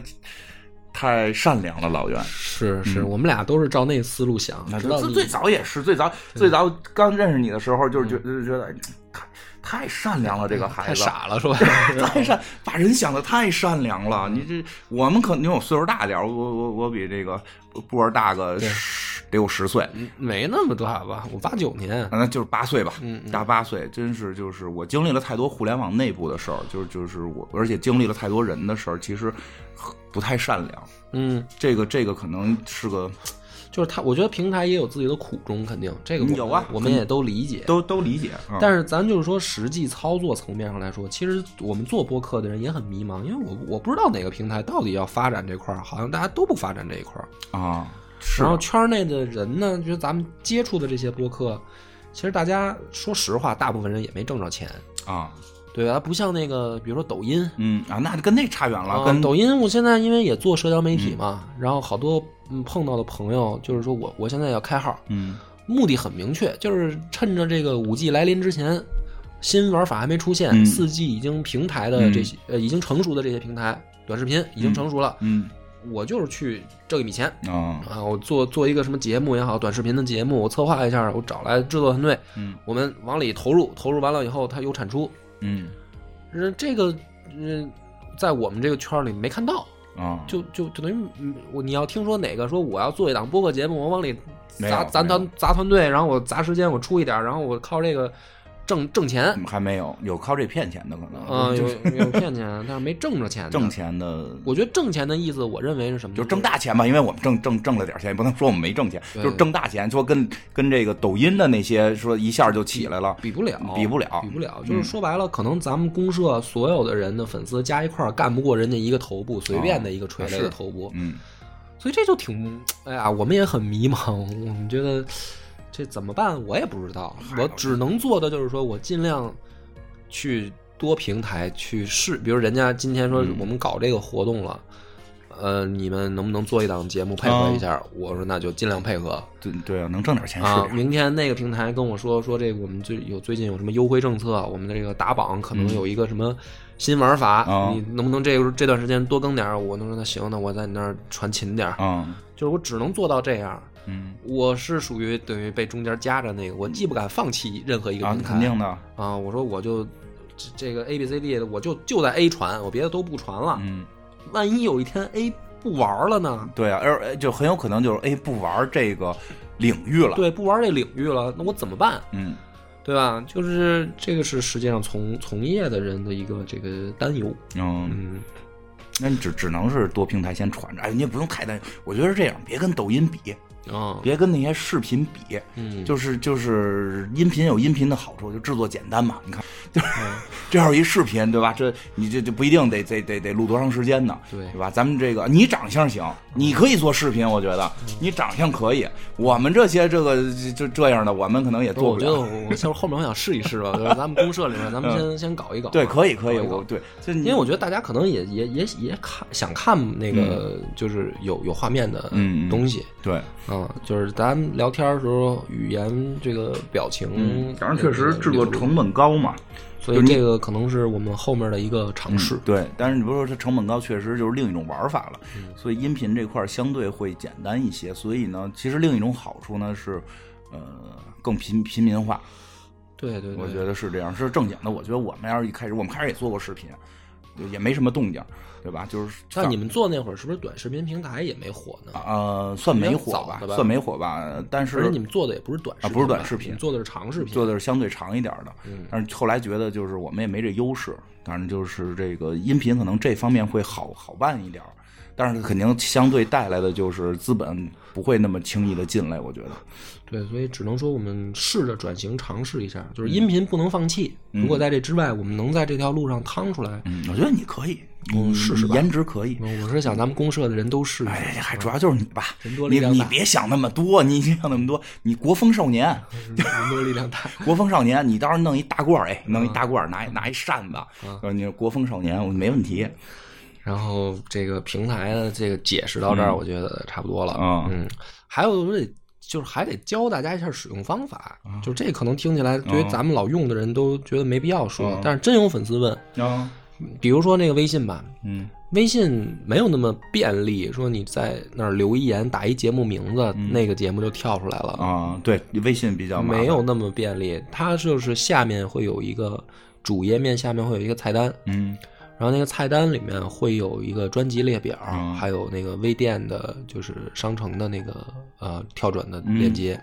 Speaker 2: 太善良了，老袁。
Speaker 1: 是是，嗯我们俩都是照那思路想，
Speaker 2: 那
Speaker 1: 知道
Speaker 2: 最
Speaker 1: 你
Speaker 2: 最早也是最早最早刚认识你的时候，就是觉就是觉得哎太太善良了，这个孩
Speaker 1: 太
Speaker 2: 子。
Speaker 1: 傻了是吧？
Speaker 2: 太善，把人想的太善良了。你这，我们可能因为我岁数大点儿我我我我比这个波儿大个十得有十岁，
Speaker 1: 没那么大吧，我八九年
Speaker 2: 啊，那就是八岁吧，大八岁，真是就是我经历了太多互联网内部的事儿，就是就是我，而且经历了太多人的事儿，其实不太善良。
Speaker 1: 嗯，
Speaker 2: 这个这个可能是个
Speaker 1: 就是他，我觉得平台也有自己的苦衷，肯定这个我们
Speaker 2: 有啊
Speaker 1: 我们也都理解。
Speaker 2: 都都理解，嗯
Speaker 1: 但是咱就是说，实际操作层面上来说，其实我们做播客的人也很迷茫，因为我我不知道哪个平台到底要发展这块儿，好像大家都不发展这一块儿。
Speaker 2: 啊，
Speaker 1: 然后圈内的人呢，就是咱们接触的这些播客，其实大家说实话，大部分人也没挣着钱，
Speaker 2: 啊，
Speaker 1: 对吧？不像那个，比如说抖音，
Speaker 2: 嗯啊，那就跟那差远了，
Speaker 1: 啊
Speaker 2: 跟
Speaker 1: 抖音，我现在因为也做社交媒
Speaker 2: 嗯
Speaker 1: 体嘛，然后好多嗯碰到的朋友就是说我我现在要开号，
Speaker 2: 嗯
Speaker 1: 目的很明确，就是趁着这个五 G 来临之前，新玩法还没出现，
Speaker 2: 嗯
Speaker 1: 四、G 已经平台的这些、呃已经成熟的这些平台，短视频已经成熟了，
Speaker 2: 嗯
Speaker 1: 我就是去挣一笔钱
Speaker 2: 啊
Speaker 1: 啊！我做做一个什么节目也好，短视频的节目，我策划一下，我找来制作团队，
Speaker 2: 嗯
Speaker 1: 我们往里投入，投入完了以后它有产出，
Speaker 2: 嗯
Speaker 1: 呃这个嗯、在我们这个圈儿里没看到。
Speaker 2: 啊，
Speaker 1: 就就就等于嗯我你要听说哪个说我要做一档播客节目，我往里
Speaker 2: 没
Speaker 1: 砸
Speaker 2: 有
Speaker 1: 砸
Speaker 2: 没有
Speaker 1: 团砸团队，然后我砸时间，我出一点儿，然后我靠这个挣挣钱，
Speaker 2: 嗯还没有有靠这骗钱的可能，
Speaker 1: 啊、
Speaker 2: 嗯就
Speaker 1: 有
Speaker 2: 是
Speaker 1: 有骗钱，但是没挣着钱的。
Speaker 2: 挣钱的。
Speaker 1: 我觉得挣钱的意思，我认为是什么？
Speaker 2: 就挣大钱吧，因为我们挣挣挣了点钱，也不能说我们没挣钱，
Speaker 1: 对
Speaker 2: 就是挣大钱。说跟跟这个抖音的那些说一下就起来了，
Speaker 1: 比不了，
Speaker 2: 比不了
Speaker 1: 比
Speaker 2: 嗯
Speaker 1: 不了。就是说白了，可能咱们公社所有的人的粉丝加一块儿，干不过人家一个头部，随便的一个垂类的
Speaker 2: 是
Speaker 1: 头部。
Speaker 2: 嗯，
Speaker 1: 所以这就挺，哎呀，我们也很迷茫，我们觉得这怎么办？我也不知道，我只能做的就是说我尽量去多平台去试，比如人家今天说我们搞这个活动了，呃，你们能不能做一档节目配合一下？我说那就尽量配合
Speaker 2: 对对啊，能挣点钱是
Speaker 1: 啊。
Speaker 2: 点。
Speaker 1: 明天那个平台跟我说说这个我们最有最近有什么优惠政策，我们的这个打榜可能有一个什么。新玩法，
Speaker 2: 哦
Speaker 1: 你能不能这个这段时间多更点儿？我能说那行，那我在你那儿传勤点儿。
Speaker 2: 嗯
Speaker 1: 就是我只能做到这样。
Speaker 2: 嗯
Speaker 1: 我是属于等于被中间夹着那个，我既不敢放弃任何一个
Speaker 2: 啊，
Speaker 1: 平台
Speaker 2: 肯定的，
Speaker 1: 啊，我说我就这这个 A B C D，我就就在 A 传，我别的都不传了。
Speaker 2: 嗯，
Speaker 1: 万一有一天 A 不玩了呢？
Speaker 2: 对啊，而就很有可能就是哎不玩这个领域了，
Speaker 1: 对，不玩这领域了，那我怎么办？
Speaker 2: 嗯
Speaker 1: 对吧？就是这个是世界上从从业的人的一个这个担忧。
Speaker 2: 嗯，
Speaker 1: 嗯，
Speaker 2: 那你只只能是多平台先传着，哎，你也不用太担心，我觉得是这样，别跟抖音比，
Speaker 1: 啊，
Speaker 2: 别跟那些视频比，
Speaker 1: 嗯，
Speaker 2: 就是就是音频有音频的好处，就制作简单嘛。你看，就是、
Speaker 1: 嗯
Speaker 2: 这要是一视频，对吧？这你这就不一定得得得得录多长时间呢，
Speaker 1: 对
Speaker 2: 吧？咱们这个你长相行，你可以做视频，我觉得
Speaker 1: 嗯
Speaker 2: 你长相可以。我们这些这个就这样的，我们可能也做
Speaker 1: 我
Speaker 2: 不
Speaker 1: 觉得
Speaker 2: 了。嗯
Speaker 1: 我我就是后面我想试一试吧，就是咱们公社里面，咱们先先搞一搞。
Speaker 2: 对，可以可以，
Speaker 1: 搞一搞
Speaker 2: 我对，这
Speaker 1: 因为我觉得大家可能也也也也看想看那个，就是有有画面的
Speaker 2: 嗯嗯嗯
Speaker 1: 东西
Speaker 2: 对，
Speaker 1: 啊、就是咱们聊天的时候，语言这个表情，
Speaker 2: 嗯
Speaker 1: 这个流露
Speaker 2: 本高嘛。
Speaker 1: 所以这个可能是我们后面的一个尝试。
Speaker 2: 嗯对，但是你不是说它成本高，确实就是另一种玩法了。
Speaker 1: 嗯
Speaker 2: 所以音频这块儿相对会简单一些。所以呢，其实另一种好处呢是，呃，更平平民化。
Speaker 1: 对对对，
Speaker 2: 我觉得是这样，是正经的。我觉得我们要是一开始，我们开始也做过视频，就也没什么动静，对吧？就是
Speaker 1: 那你们做那会儿是不是短视频平台也没火呢？
Speaker 2: 呃，算没火
Speaker 1: 比较早的吧
Speaker 2: 算没火吧。但是
Speaker 1: 而且你们做的也不是短视频吧，
Speaker 2: 啊不是短视
Speaker 1: 你
Speaker 2: 频嗯
Speaker 1: 们做的是长视频，
Speaker 2: 做的是相对长一点的，
Speaker 1: 嗯
Speaker 2: 但是后来觉得就是我们也没这优势，当然就是这个音频可能这方面会好好办一点儿，但是肯定相对带来的就是资本不会那么轻易的进来，我觉得，
Speaker 1: 对，所以只能说我们试着转型尝试一下，就是
Speaker 2: 嗯
Speaker 1: 音频不能放弃。如果在这之外，我们能在这条路上趟出来，
Speaker 2: 嗯，我觉得你可以，
Speaker 1: 嗯
Speaker 2: 你
Speaker 1: 试试吧嗯
Speaker 2: 颜值可以。
Speaker 1: 我是想咱们公社的人都试一下。
Speaker 2: 嗯哎，还主要就是你吧，
Speaker 1: 嗯人多力
Speaker 2: 你
Speaker 1: 量
Speaker 2: 你
Speaker 1: 大
Speaker 2: 别想那么多，你别想那么多，你国风 少年，
Speaker 1: 人嗯多力量 大。
Speaker 2: 国风少年，你到时候弄一大罐儿，哎，
Speaker 1: 嗯
Speaker 2: 弄一大罐儿，拿一拿一扇子，说你是国风少年，我没问题，
Speaker 1: 然后这个平台的这个解释到这儿，我觉得差不多了。
Speaker 2: 嗯
Speaker 1: 嗯，还有我得就是还得教大家一下使用方法，
Speaker 2: 嗯
Speaker 1: 就这可能听起来对于咱们老用的人都觉得没必要说，
Speaker 2: 嗯
Speaker 1: 但是真有粉丝问，
Speaker 2: 啊，
Speaker 1: 比如说那个微信吧，
Speaker 2: 嗯
Speaker 1: 微信没有那么便利，说你在那儿留一言，打一节目名字，那个节目就跳出来了，
Speaker 2: 啊，对，微信嗯比较麻烦
Speaker 1: 没有那么便利。它就是下面会有一个主页面，下面会有一个菜单，
Speaker 2: 嗯
Speaker 1: 然后那个菜单里面会有一个专辑列表，
Speaker 2: 嗯
Speaker 1: 还有那个微店的，就是商城的那个呃跳转的
Speaker 2: 嗯
Speaker 1: 链接。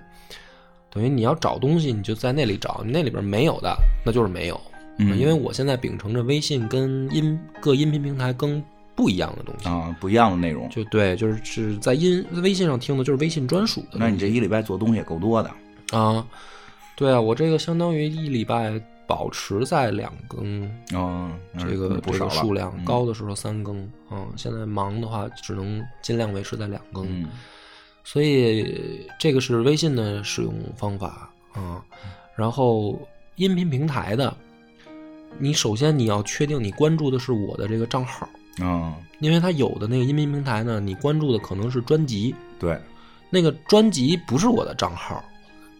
Speaker 1: 等于你要找东西，你就在那里找，那里边没有的，那就是没有。
Speaker 2: 嗯
Speaker 1: 啊因为我现在秉承着微信跟音各音频平台更不一样的东西，
Speaker 2: 啊，不一样的内容。
Speaker 1: 就对，就是是在音微信上听的，就是微信专属的
Speaker 2: 那你这一礼拜做东西也够多的，
Speaker 1: 啊。对啊，我这个相当于一礼拜保持在两更
Speaker 2: 嗯，那
Speaker 1: 这个
Speaker 2: 不
Speaker 1: 这个
Speaker 2: 少了嗯
Speaker 1: 数量，高的时候三更，嗯，现在忙的话只能尽量维持在两更，
Speaker 2: 嗯
Speaker 1: 所以这个是微信的使用方法啊、嗯然后音频平台的，你首先你要确定你关注的是我的这个账号，
Speaker 2: 嗯，
Speaker 1: 因为它有的那个音频平台呢，你关注的可能是专辑，
Speaker 2: 对，
Speaker 1: 那个专辑不是我的账号，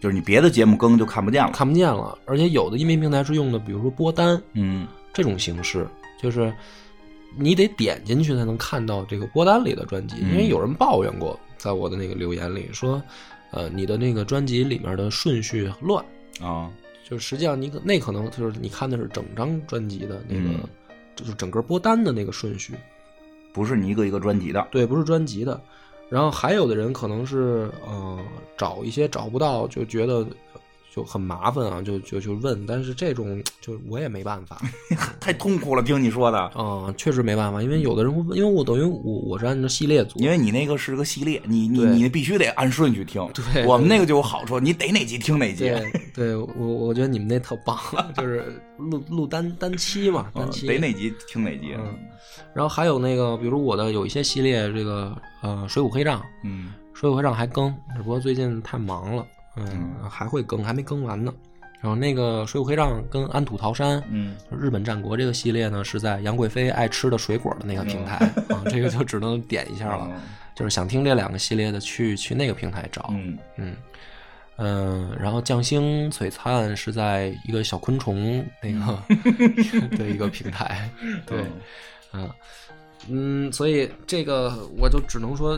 Speaker 2: 就是你别的节目更就看不见了。
Speaker 1: 看不见了，而且有的音频平台是用的，比如说播单，
Speaker 2: 嗯
Speaker 1: 这种形式，就是你得点进去才能看到这个播单里的专辑，因为有人抱怨过，在我的那个留言里说，呃，你的那个专辑里面的顺序乱，
Speaker 2: 啊，
Speaker 1: 就是实际上你可那可能就是你看的是整张专辑的那个，
Speaker 2: 嗯
Speaker 1: 就是整个播单的那个顺序，
Speaker 2: 不是你一个一个专辑的，
Speaker 1: 对，不是专辑的。然后还有的人可能是呃找一些找不到，就觉得就很麻烦啊，就就就问，但是这种就我也没办法。
Speaker 2: 太痛苦了，听你说的，
Speaker 1: 啊，确实没办法，因为有的人会问，因为我等于我我是按照系列组，
Speaker 2: 因为你那个是个系列，你你
Speaker 1: 对
Speaker 2: 你必须得按顺序听。
Speaker 1: 对
Speaker 2: 我们那个就有好处，你逮哪集听哪集，啊
Speaker 1: 对对，我我觉得你们那特棒， 就是录录单单期嘛，单
Speaker 2: 嗯
Speaker 1: 期。
Speaker 2: 逮哪集听哪集。
Speaker 1: 嗯然后还有那个，比如我的有一些系列，这个呃《水浒黑账》，
Speaker 2: 嗯
Speaker 1: 《水浒黑账》还更，只不过最近太忙了，嗯，还会更，还没更完呢。然后那个《水浒黑账》跟《安土桃山》，
Speaker 2: 嗯，
Speaker 1: 日本战国这个系列呢，是在杨贵妃爱吃的水果的那个平台
Speaker 2: 嗯
Speaker 1: 啊，这个就只能点一下
Speaker 2: 哦
Speaker 1: 了。就是想听这两个系列的，去去那个平台找。
Speaker 2: 嗯
Speaker 1: 嗯嗯然后匠星璀璨是在一个小昆虫那个 的一个平台，对，嗯嗯，所以这个我就只能说，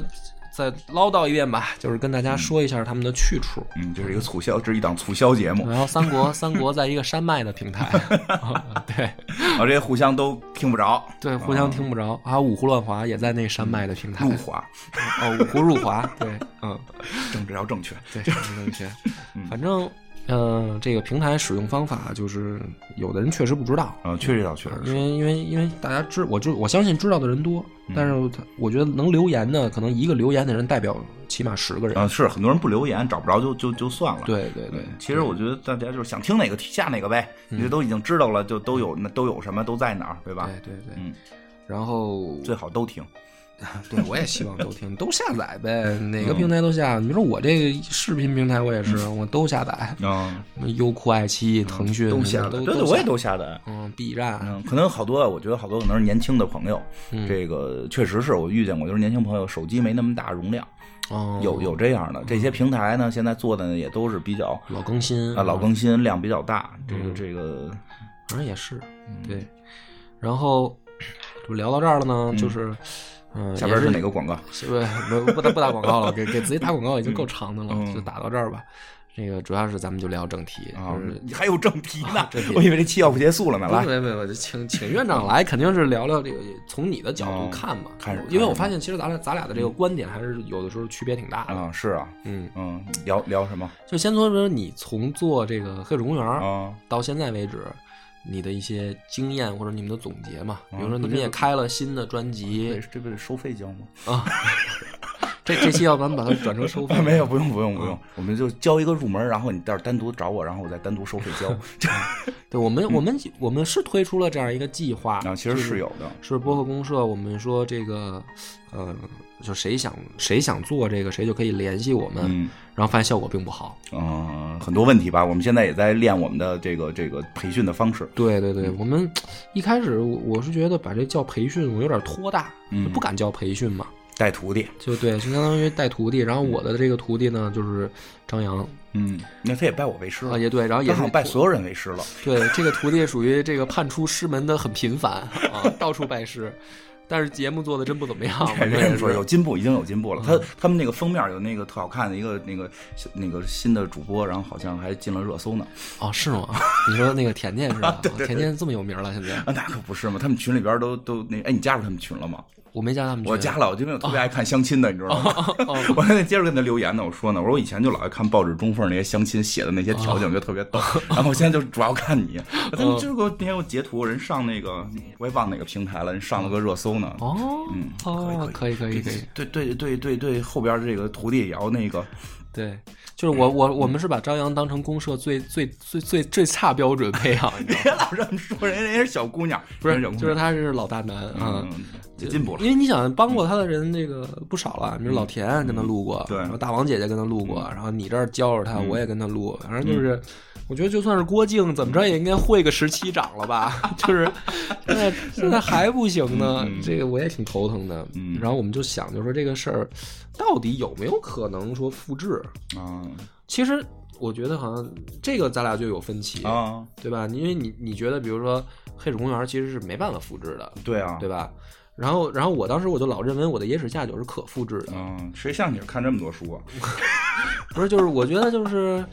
Speaker 1: 再唠叨一遍吧，就是跟大家说一下他们的去处。
Speaker 2: 嗯，就是一个促销，这是一档促销节目，
Speaker 1: 然后三国，三国在一个山脉的平台，啊对
Speaker 2: 啊，这些互相都听不着。
Speaker 1: 对，互相听不着。还有五胡乱华也在那山脉的平台，
Speaker 2: 路滑，
Speaker 1: 哦，五胡入华，对，嗯，
Speaker 2: 政治要正确。
Speaker 1: 对，这是正 确。反正，嗯、这个平台使用方法就是有的人确实不知道，呃
Speaker 2: 啊，确实要确实
Speaker 1: 因
Speaker 2: 是，嗯
Speaker 1: 为因为因为大家知，我知我相信知道的人多，但是他我觉得能留言的，可能一个留言的人代表起码十个人。
Speaker 2: 啊，嗯是很多人不留言，找不着就就就算了。
Speaker 1: 对对嗯对，
Speaker 2: 其实我觉得大家就是想听哪个下哪个呗，你这都已经知道了，就都有那都有什么都在哪儿，对吧？
Speaker 1: 对对对，
Speaker 2: 嗯，
Speaker 1: 然 后
Speaker 2: 最好都听。
Speaker 1: 对我也希望都听，都下载 呗，哪
Speaker 2: 嗯
Speaker 1: 个平台都下。你说我这个视频平台我也是，我都下载，
Speaker 2: 啊，
Speaker 1: 什么优酷、爱奇艺、腾讯
Speaker 2: 嗯都下载，
Speaker 1: 都
Speaker 2: 对对，我也
Speaker 1: 下
Speaker 2: 都啊下载。
Speaker 1: 嗯，B 站，
Speaker 2: 嗯，可能好多，我觉得好多可能是年轻的朋友，
Speaker 1: 嗯
Speaker 2: 这个确实是我遇见过，就是年轻朋友手机没那么大容量，
Speaker 1: 哦，
Speaker 2: 有有这样的。这些平台呢，现在做的呢也都是比较
Speaker 1: 老嗯更新
Speaker 2: 啊老，更新，量比较大。这个这个，
Speaker 1: 反正也是
Speaker 2: 嗯
Speaker 1: 对。然后就聊到这儿了呢，就是嗯，
Speaker 2: 下
Speaker 1: 也
Speaker 2: 边
Speaker 1: 是
Speaker 2: 是哪个广告？
Speaker 1: 是不是不不打不打广告了，给给自己打广告已经够长的了，
Speaker 2: 嗯
Speaker 1: 就打到这儿吧。这个主要是咱们就聊正题，
Speaker 2: 啊
Speaker 1: 就是，
Speaker 2: 还有正题呢
Speaker 1: 啊正题，
Speaker 2: 我以为这期要结束了呢。来，
Speaker 1: 没没没，就请请院长来，肯定是聊聊这个，从你的角度
Speaker 2: 哦
Speaker 1: 看嘛，
Speaker 2: 看是
Speaker 1: 因为我
Speaker 2: 看是
Speaker 1: 发现其实咱俩咱俩的
Speaker 2: 嗯
Speaker 1: 这个观点还是有的时候区别挺大的。
Speaker 2: 啊，是啊，
Speaker 1: 嗯，
Speaker 2: 嗯，聊聊什么
Speaker 1: 就先说说你从做这个黑水公园儿
Speaker 2: 啊？
Speaker 1: 到现在为止，你的一些经验或者你们的总结嘛，比如说
Speaker 2: 嗯
Speaker 1: 你们也开了新的专辑
Speaker 2: 这这不是收费交吗？
Speaker 1: 啊， 这这期要不然把它转成收费
Speaker 2: 啊，
Speaker 1: 嗯
Speaker 2: 没有，不用，不用，不用，我们就交一个入门，然后你到时候单独找我，然后我再单独收费 交。
Speaker 1: 对我们，我们我们是推出了这样一个计划
Speaker 2: 嗯啊，其实
Speaker 1: 就是
Speaker 2: 有的，
Speaker 1: 是播客公社，我们说这个，呃，就谁想谁想做这个，谁就可以联系我们，
Speaker 2: 嗯
Speaker 1: 然后发现效果并不好。
Speaker 2: 嗯，很多问题吧。我们现在也在练我们的这个这个培训的方式。
Speaker 1: 对对对，
Speaker 2: 嗯
Speaker 1: 我们一开始我我是觉得把这叫培训，我有点拖大，
Speaker 2: 嗯
Speaker 1: 就不敢叫培训嘛，
Speaker 2: 带徒弟，
Speaker 1: 就对，就相当于带徒弟。然后我的这个徒弟呢，就是张扬
Speaker 2: 嗯，那他也拜我为师
Speaker 1: 啊，
Speaker 2: 了，
Speaker 1: 也对，然后也
Speaker 2: 他
Speaker 1: 是
Speaker 2: 好像拜所有人为师了。
Speaker 1: 对，这个徒弟属于这个叛出师门的很频繁啊，到处拜师，但是节目做的真不怎么样。我
Speaker 2: 人
Speaker 1: 们也
Speaker 2: 家
Speaker 1: 啊是嗯
Speaker 2: 说有进步，已经有进步了。他他们那个封面有那个特好看的一个那个那个新的主播，然后好像还进了热搜呢。
Speaker 1: 哦，是吗？你说那个甜甜 是吧？甜甜这么有名了，现在
Speaker 2: 啊，那可不是嘛，他们群里边都都那哎，你加入他们群了吗？
Speaker 1: 我没加他们群，
Speaker 2: 我加了，我因为我特别爱看相亲的，你知道吗？
Speaker 1: 哦
Speaker 2: 我还得接着跟他留言呢，我说呢，我说我以前就老爱看报纸中缝那些相亲写的那
Speaker 1: 哦
Speaker 2: 些条件，我觉得特别逗。然后我现在就主要看你，他们就是给我那天我截图，人上那个我也忘哪个平台了，人上了个热搜呢。
Speaker 1: 哦，
Speaker 2: 嗯
Speaker 1: 哦，可以可以可以，
Speaker 2: 对对对对对，后边这个徒弟也要那个，
Speaker 1: 对，就是我我我们是把张扬当成公社最最最最最差标准培 养，你知道吗
Speaker 2: 别老这么说，人家是小姑娘，
Speaker 1: 不
Speaker 2: 人
Speaker 1: 是
Speaker 2: 家小姑娘
Speaker 1: 就是他是老大难啊。
Speaker 2: 嗯，就进步了
Speaker 1: 因。为你想帮过他的人，这个不少了。比如老田跟他录过，
Speaker 2: 嗯对嗯
Speaker 1: 然后大王姐姐跟他录过，然后你这儿教着他，我也跟他录。反正就是，我觉得就算是郭靖，怎么着也应该会个十七掌了 吧？就是现在现在还不行呢，
Speaker 2: 嗯
Speaker 1: 这个我也挺头疼的。然后我们就想，就说这个事儿到底有没有可能说复制？
Speaker 2: 啊
Speaker 1: 其实我觉得好像这个咱俩就有分歧，
Speaker 2: 啊，
Speaker 1: 对吧？因为你你觉得，比如说《黑水公园》其实是没办法复制的，
Speaker 2: 对啊，
Speaker 1: 对吧？然后，然后我当时我就老认为我的野史下酒是可复制的，
Speaker 2: 嗯，谁像你是看这么多书啊？
Speaker 1: 不是，就是我觉得就是，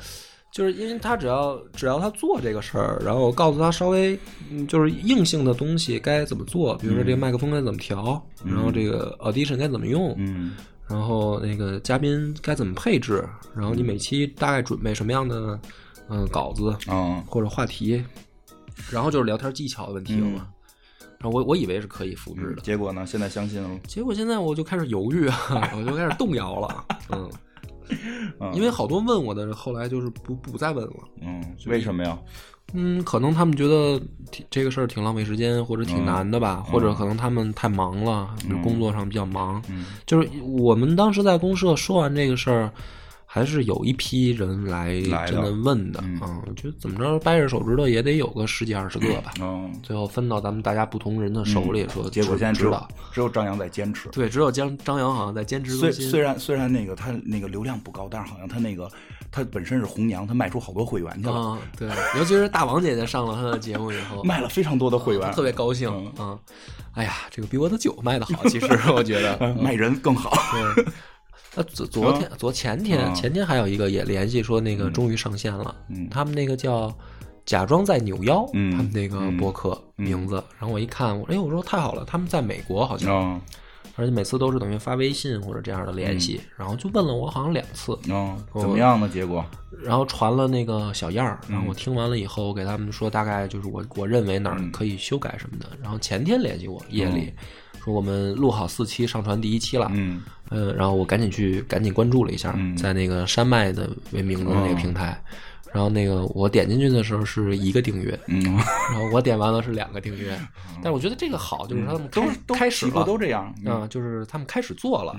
Speaker 1: 就是因为他只要只要他做这个事儿，然后我告诉他稍微嗯就是硬性的东西该怎么做，比如说这
Speaker 2: 嗯
Speaker 1: 个麦克风该怎么调，然后这个 audition 该怎么用，
Speaker 2: 嗯
Speaker 1: 然后那个嘉宾该怎么配置，然
Speaker 2: 嗯
Speaker 1: 后你每期大概准备什么样的嗯稿子
Speaker 2: 啊
Speaker 1: 或者话题，然后就是聊天技巧的问题了嘛。
Speaker 2: 嗯
Speaker 1: 然后我我以为是可以复制的，
Speaker 2: 结果呢？现在相亲了吗？
Speaker 1: 结果现在我就开始犹豫啊，我就开始动摇 了，嗯，
Speaker 2: 哎嗯
Speaker 1: 因为好多问我的，后来就是不不再问了，
Speaker 2: 嗯，为什么呀？
Speaker 1: 嗯，可能他们觉得挺这个事儿挺浪费时间，或者挺难的
Speaker 2: 嗯
Speaker 1: 吧，或者可能他们太忙了，比如工作上比较忙，
Speaker 2: 嗯
Speaker 1: 就是我们当时在公社说完这个事儿。还是有一批人来
Speaker 2: 来的
Speaker 1: 真的问的
Speaker 2: 嗯
Speaker 1: 啊，我觉得怎么着掰着手指头也得有个十几二十个吧，
Speaker 2: 嗯，
Speaker 1: 最后分到咱们大家不同人的手里，说
Speaker 2: 结果
Speaker 1: 知
Speaker 2: 现在只
Speaker 1: 知
Speaker 2: 有
Speaker 1: 道，
Speaker 2: 只有张扬在坚持。
Speaker 1: 对，只有张张扬好像在坚持
Speaker 2: 虽
Speaker 1: 更新
Speaker 2: 虽然虽然那个他那个流量不高，但是好像他那个他本身是红娘，他卖出好多会员去了，
Speaker 1: 啊，对，尤其是大王姐姐上了他的节目以后，
Speaker 2: 卖了非嗯常多的会
Speaker 1: 她
Speaker 2: 员，
Speaker 1: 特别高兴嗯 啊。哎呀，这个比我的酒卖的好，其实我觉得
Speaker 2: 嗯卖人更好。
Speaker 1: 对。呃，昨昨天、昨前天、
Speaker 2: 啊
Speaker 1: 前天还有一个也联系说那个终于上线了，
Speaker 2: 嗯
Speaker 1: 他们那个叫假装在扭腰，
Speaker 2: 嗯
Speaker 1: 他们那个播客名字，然后我一看，我哎我说太好了，他们在美国好像，
Speaker 2: 哦
Speaker 1: 而且每次都是等于发微信或者这样的联系，
Speaker 2: 嗯
Speaker 1: 然后就问了我好像两次，
Speaker 2: 哦，怎么样呢？结果
Speaker 1: 然后传了那个小样儿，然后我
Speaker 2: 嗯
Speaker 1: 听完了以后，我给他们说大概就是我我认为哪儿可以修改什么的。然后前天联系我夜里、说我们录好四期，上传第一期了，
Speaker 2: 嗯
Speaker 1: 呃，然后我赶紧去赶紧关注了一下，
Speaker 2: 嗯哦
Speaker 1: 在那个山脉的为名字的那个平台，然后那个我点进去的时候是一个订阅，
Speaker 2: 嗯， 哦
Speaker 1: 然后我点完了是两个订阅，但是我觉得这个好，就是他们开、
Speaker 2: 嗯都都
Speaker 1: 开始
Speaker 2: 起步
Speaker 1: 了，
Speaker 2: 都嗯这样，嗯
Speaker 1: 啊、就是他们开始做了，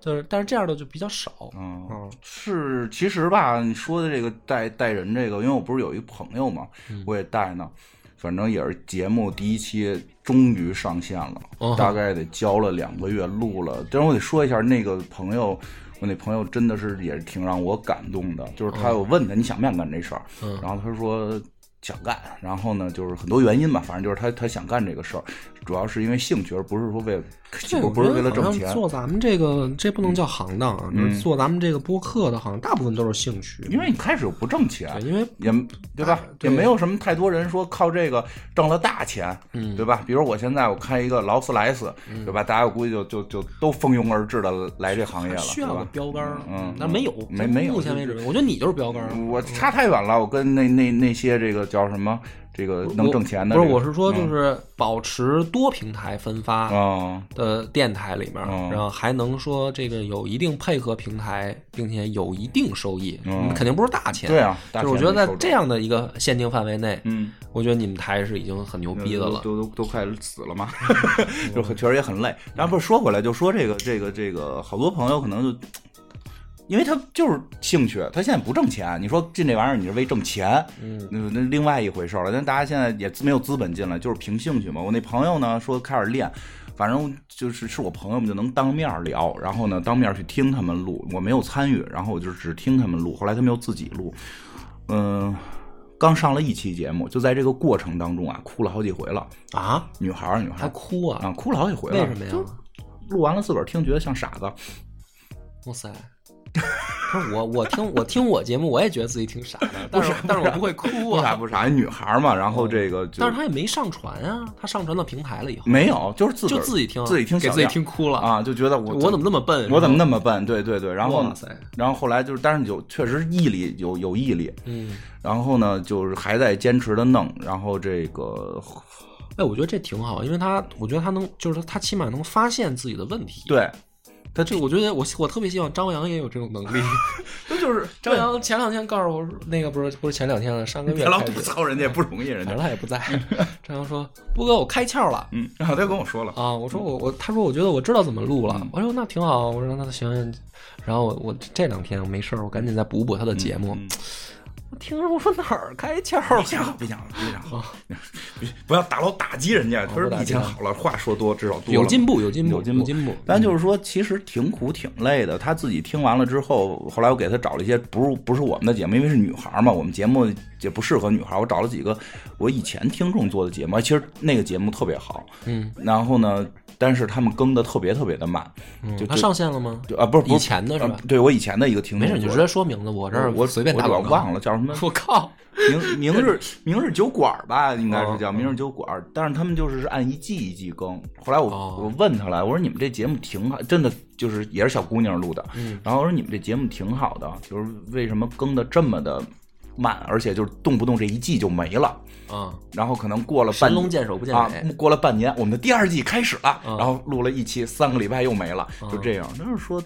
Speaker 1: 就是但是这样的就比较少，
Speaker 2: 哦
Speaker 1: 嗯
Speaker 2: 是，其实吧，你说的这个带带人这个，因为我不是有一朋友嘛，
Speaker 1: 嗯
Speaker 2: 我也带呢，反正也是节目第一期终于上线了，
Speaker 1: 哦
Speaker 2: 大概得交了两个月，录了。但是我得说一下那个朋友。我那朋友真的是也是挺让我感动的，就是他有问他你想不想干这事儿，
Speaker 1: 哦嗯
Speaker 2: 然后他说想干，然后呢就是很多原因吧，反正就是他他想干这个事儿，主要是因为兴趣，而不是说为了，
Speaker 1: 这我
Speaker 2: 不是
Speaker 1: 觉得
Speaker 2: 为了
Speaker 1: 好
Speaker 2: 挣
Speaker 1: 像
Speaker 2: 钱，嗯
Speaker 1: 做咱们这个，这不能叫行当啊，就是做咱们这个播客的，好像大部分都是兴趣。
Speaker 2: 因为你开始不挣钱
Speaker 1: 对，因为
Speaker 2: 也对吧？
Speaker 1: 哎对
Speaker 2: 也没有什么太多人说靠这个挣了大钱，嗯，对吧？比如我现在我开一个劳斯莱斯，
Speaker 1: 嗯
Speaker 2: 对吧？大家我估计就就就都蜂拥而至的来这行业了，
Speaker 1: 需要
Speaker 2: 对
Speaker 1: 个
Speaker 2: 吧？
Speaker 1: 标杆儿，
Speaker 2: 嗯
Speaker 1: 但没有，
Speaker 2: 没没有嗯
Speaker 1: 目前为止，我觉得你就是标杆儿。啊
Speaker 2: 我差太远了，我跟那那那些这个叫什么这个能挣钱的
Speaker 1: 不
Speaker 2: 这
Speaker 1: 是，
Speaker 2: 个、嗯
Speaker 1: 我是说，就是保持多平台分发
Speaker 2: 啊，
Speaker 1: 的电台里面，
Speaker 2: 嗯
Speaker 1: 然后还能说这个有一定配合平台，并且有一定收益，
Speaker 2: 嗯
Speaker 1: 肯定不是大钱。
Speaker 2: 对啊，
Speaker 1: 就是
Speaker 2: 大
Speaker 1: 我
Speaker 2: 钱
Speaker 1: 觉得
Speaker 2: 没
Speaker 1: 在
Speaker 2: 收着
Speaker 1: 这样的一个限定范围内，
Speaker 2: 嗯。
Speaker 1: 我觉得你们台是已经很牛逼的了。
Speaker 2: 都都都快死 了嘛，就很确实也很累。然后不是说回来，就说这个这个这个，好多朋友可能就，因为他就是兴趣，他现在不挣钱。你说进这玩意儿，你是为挣钱，
Speaker 1: 嗯，
Speaker 2: 那那另外一回事儿了。但大家现在也没有资本进来，就是凭兴趣嘛。我那朋友呢说开始练。反正就是是我朋友们就能当面聊，然后呢当面去听他们录，我没有参与，然后我就只听他们录。后来他们又自己录，嗯，刚上了一期节目，就在这个过程当中啊，哭了好几回了。
Speaker 1: 啊，
Speaker 2: 女孩儿，女孩
Speaker 1: 还
Speaker 2: 儿
Speaker 1: 哭啊？
Speaker 2: 啊，哭了好几回了。
Speaker 1: 为什么呀？
Speaker 2: 就录完了自个儿听，觉得像傻子。
Speaker 1: 哇塞！ 不是我，我听我听我节目，我也觉得自己挺傻 的，但是但是我不会哭
Speaker 2: 不傻
Speaker 1: 啊。
Speaker 2: 不傻，女孩儿嘛，然后这个就
Speaker 1: 但是他也没上传啊，他上传到平台了以后，
Speaker 2: 没有，就是嗯自个
Speaker 1: 就
Speaker 2: 儿
Speaker 1: 自己听，
Speaker 2: 自己听
Speaker 1: 给
Speaker 2: 小
Speaker 1: 自己
Speaker 2: 样
Speaker 1: 听哭了！
Speaker 2: 啊，就觉得我
Speaker 1: 我怎么那么笨？
Speaker 2: 我怎么那么笨？对对对，然后
Speaker 1: 哇塞
Speaker 2: 然后后来就是，但是有确实毅力有有毅力，
Speaker 1: 嗯？
Speaker 2: 然后呢就是还在坚持的弄，然后这 个
Speaker 1: 哎，我觉得这挺好，因为他，我觉得他能，就是他起码能发现自己的问题。，
Speaker 2: 对，
Speaker 1: 他这，我觉得我我特别希望张扬也有这种能 力。
Speaker 2: 这就是
Speaker 1: 张扬前两天告诉我说，那个不是不是前两天了，上个月
Speaker 2: 别老
Speaker 1: 开
Speaker 2: 吐
Speaker 1: 始，
Speaker 2: 槽人家也不容易，人
Speaker 1: 反
Speaker 2: 家
Speaker 1: 正他也不 在。张扬说：“波哥，我开窍了。”
Speaker 2: 嗯，然后他跟我说了，
Speaker 1: 啊，我说我我，他说我觉得我知道怎么录
Speaker 2: 嗯
Speaker 1: 了，我说那挺好，我说那行，然后我我这两天我没事儿，我赶紧再补补他的节目。
Speaker 2: 嗯
Speaker 1: 我听着我说哪儿开窍了
Speaker 2: 别？想好，别想好，别想
Speaker 1: 哦
Speaker 2: 好， 不要打老打击人家。他说以前好了，话说多至少多了
Speaker 1: 有进步， 有进步，
Speaker 2: 有进
Speaker 1: 步，
Speaker 2: 步
Speaker 1: 进步。
Speaker 2: 但就是说，其实挺苦挺累的。他自己听完了之后，后来我给他找了一些不是不是我们的节目，因为是女孩嘛，我们节目也不适合女孩。我找了几个我以前听众做的节目，其实那个节目特别好。
Speaker 1: 嗯，
Speaker 2: 然后呢，但是他们更的特别特别的慢，就
Speaker 1: 他
Speaker 2: 就
Speaker 1: 嗯上线了吗？
Speaker 2: 就啊不是不
Speaker 1: 以
Speaker 2: 是
Speaker 1: 前的是吧
Speaker 2: 啊？对我以前的一个听
Speaker 1: 没
Speaker 2: 众做
Speaker 1: 事，
Speaker 2: 的，
Speaker 1: 你就直接说名字，我这儿
Speaker 2: 我
Speaker 1: 随便
Speaker 2: 我
Speaker 1: 打
Speaker 2: 老
Speaker 1: 广告。
Speaker 2: 忘了叫什么。
Speaker 1: 我靠！
Speaker 2: 明明日明日酒馆儿吧，应该是
Speaker 1: 哦
Speaker 2: 叫明日酒馆儿，但是他们就是按一季一季更。后来我、
Speaker 1: 哦
Speaker 2: 我问他来，我说你们这节目挺好，真的就是也是小姑娘录的，
Speaker 1: 嗯
Speaker 2: 然后我说你们这节目挺好的，就是为什么更的这么的慢，而且就是动不动这一季就没了，
Speaker 1: 啊，
Speaker 2: 然后可能过了
Speaker 1: 神
Speaker 2: 半
Speaker 1: 龙见首不见
Speaker 2: 啊
Speaker 1: 尾。，
Speaker 2: 过了半年，我们的第二季开始了，
Speaker 1: 嗯
Speaker 2: 然后录了一期，三个礼拜又没了，就这样。就是说，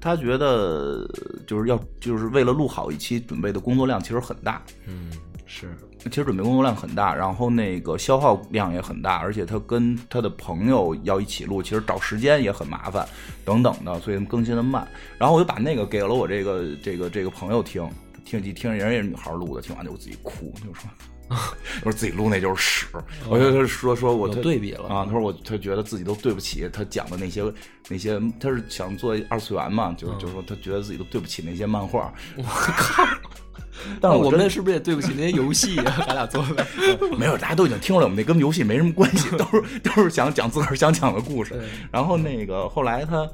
Speaker 2: 他觉得就是要就是为了录好一期，准备的工作量其实很大，
Speaker 1: 嗯，是。
Speaker 2: 其实准备工作量很大，然后那个消耗量也很大，而且他跟他的朋友要一起录，其实找时间也很麻烦，等等的，所以更新的慢。然后我就把那个给了我这个这个这个朋友听，听几听人家也是女孩录的，听完就我自己哭，就说。 我说自己录那就是屎，我就说说我
Speaker 1: 有
Speaker 2: 他
Speaker 1: 对比了
Speaker 2: 啊，他说我他觉得自己都对不起他讲的那些那些，他是想做二次元嘛，就是就是说他觉得自己都对不起那些漫画，
Speaker 1: 我靠！
Speaker 2: 但
Speaker 1: 那
Speaker 2: 是
Speaker 1: 我
Speaker 2: 真
Speaker 1: 们是不是也对不起那些游戏啊？咱俩做的。
Speaker 2: 没有，大家都已经听出来，我们那跟游戏没什么关系，都是都是想讲自个儿想讲的故事
Speaker 1: 对。
Speaker 2: 然后那个后来他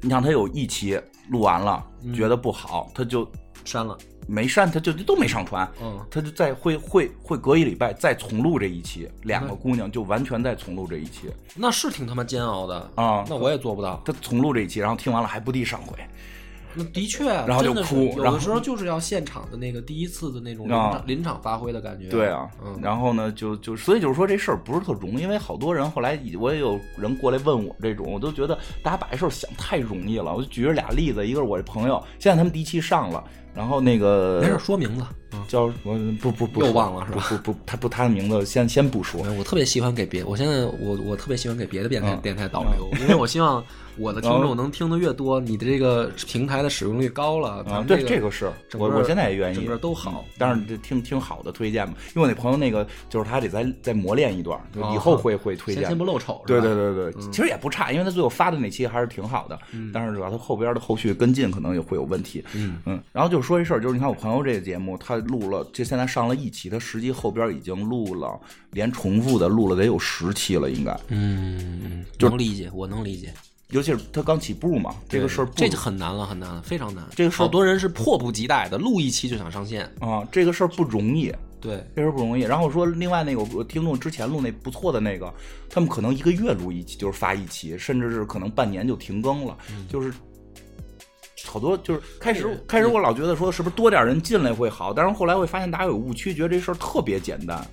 Speaker 2: 你像他有一期录完了，觉得不好，他就
Speaker 1: 删了，
Speaker 2: 没删，他就都没上传，
Speaker 1: 嗯，
Speaker 2: 他就再会会会隔一礼拜再重录这一期，两个姑娘就完全再重录这一期
Speaker 1: 那是挺他妈煎熬的
Speaker 2: 啊
Speaker 1: 那我也做不到，
Speaker 2: 他重录这一期，然后听完了还不地上回，
Speaker 1: 那的确，然
Speaker 2: 后就哭
Speaker 1: 有
Speaker 2: 然后
Speaker 1: 的时候就是要现场的那个第一次的那种临
Speaker 2: 啊
Speaker 1: 场临场发挥的感觉。
Speaker 2: 对啊，
Speaker 1: 嗯，
Speaker 2: 然后呢，就就所以就是说这事儿不是特容易，因为好多人后来也我也有人过来问我这种，我都觉得大家把这事儿想太容易了。我就举着俩例子，一个是我这朋友，现在他们第一期上了，然后那个
Speaker 1: 没事，说名字。嗯，
Speaker 2: 叫我不不不
Speaker 1: 又
Speaker 2: 说
Speaker 1: 忘了是吧嗯
Speaker 2: 不不不，他不他的名字先先不说，
Speaker 1: 我特别喜欢给别，我现在我我特别喜欢给别的电台
Speaker 2: 嗯
Speaker 1: 电台导流，因为我希望我的听
Speaker 2: 然后
Speaker 1: 众能听得越多，你的这个平台的使用率高了，咱
Speaker 2: 啊，
Speaker 1: 们
Speaker 2: 对
Speaker 1: 这
Speaker 2: 个是
Speaker 1: 整
Speaker 2: 我
Speaker 1: 个
Speaker 2: 我现在也愿
Speaker 1: 整
Speaker 2: 意嗯
Speaker 1: 个。都好。
Speaker 2: 但是这听听好的推荐吧，因为我那朋友那个就是他得再再磨练一段，就
Speaker 1: 哦
Speaker 2: 以后会会推
Speaker 1: 先
Speaker 2: 荐的。
Speaker 1: 先不露丑，
Speaker 2: 对
Speaker 1: 是吧嗯
Speaker 2: 对，对对，其实也不差，因为他最后发的那期还是挺好的，但是主要他后边的后续跟进可能也会有问题。
Speaker 1: 嗯
Speaker 2: 然后就说一事儿，就是你看我朋友这个节目，他录了，这现在上了一期，他实际后边已经录了，连重复的录了得有十期了，应该。
Speaker 1: 嗯，能理解，我能理解
Speaker 2: 尤其是他刚起步嘛，这个事儿不
Speaker 1: 这就很难了，很难了，非常难。
Speaker 2: 这个事儿
Speaker 1: 好多人是迫不及待的，录一期就想上线。
Speaker 2: 啊，这个事儿不容易，
Speaker 1: 对，
Speaker 2: 这事儿不容易。然后说另外那个我听众之前录那不错的那个，他们可能一个月录一期，就是发一期，甚至是可能半年就停更了，就是。好多就是开
Speaker 1: 嗯
Speaker 2: 始
Speaker 1: 对
Speaker 2: 开始我老觉得说是不是多点人进来会好，但是后来会发现大家有误区，觉得这事儿特别简单。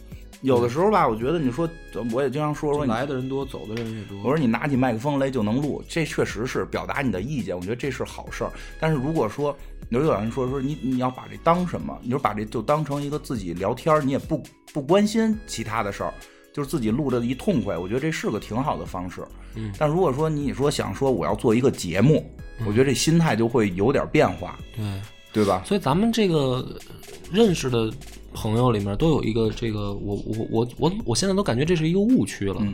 Speaker 2: 有的时候吧，我觉得你说我也经常说说你
Speaker 1: 来的人多，走的人也
Speaker 2: 我
Speaker 1: 多。
Speaker 2: 说你拿起麦克风来就能录，这确实是表达你的意见，我觉得这是好事儿。但是如果说有有人说说你你要把这当什么，你就把这就当成一个自己聊天儿，你也不不关心其他的事儿，就是自己录着一痛快，我觉得这是个挺好的方式。
Speaker 1: 嗯，
Speaker 2: 但如果说你说想说我要做一个节目，我觉得这心态就会有点变化，
Speaker 1: 对，
Speaker 2: 对吧？
Speaker 1: 所以咱们这个认识的朋友里面都有一个这个，我我我我我现在都感觉这是一个误区了，
Speaker 2: 嗯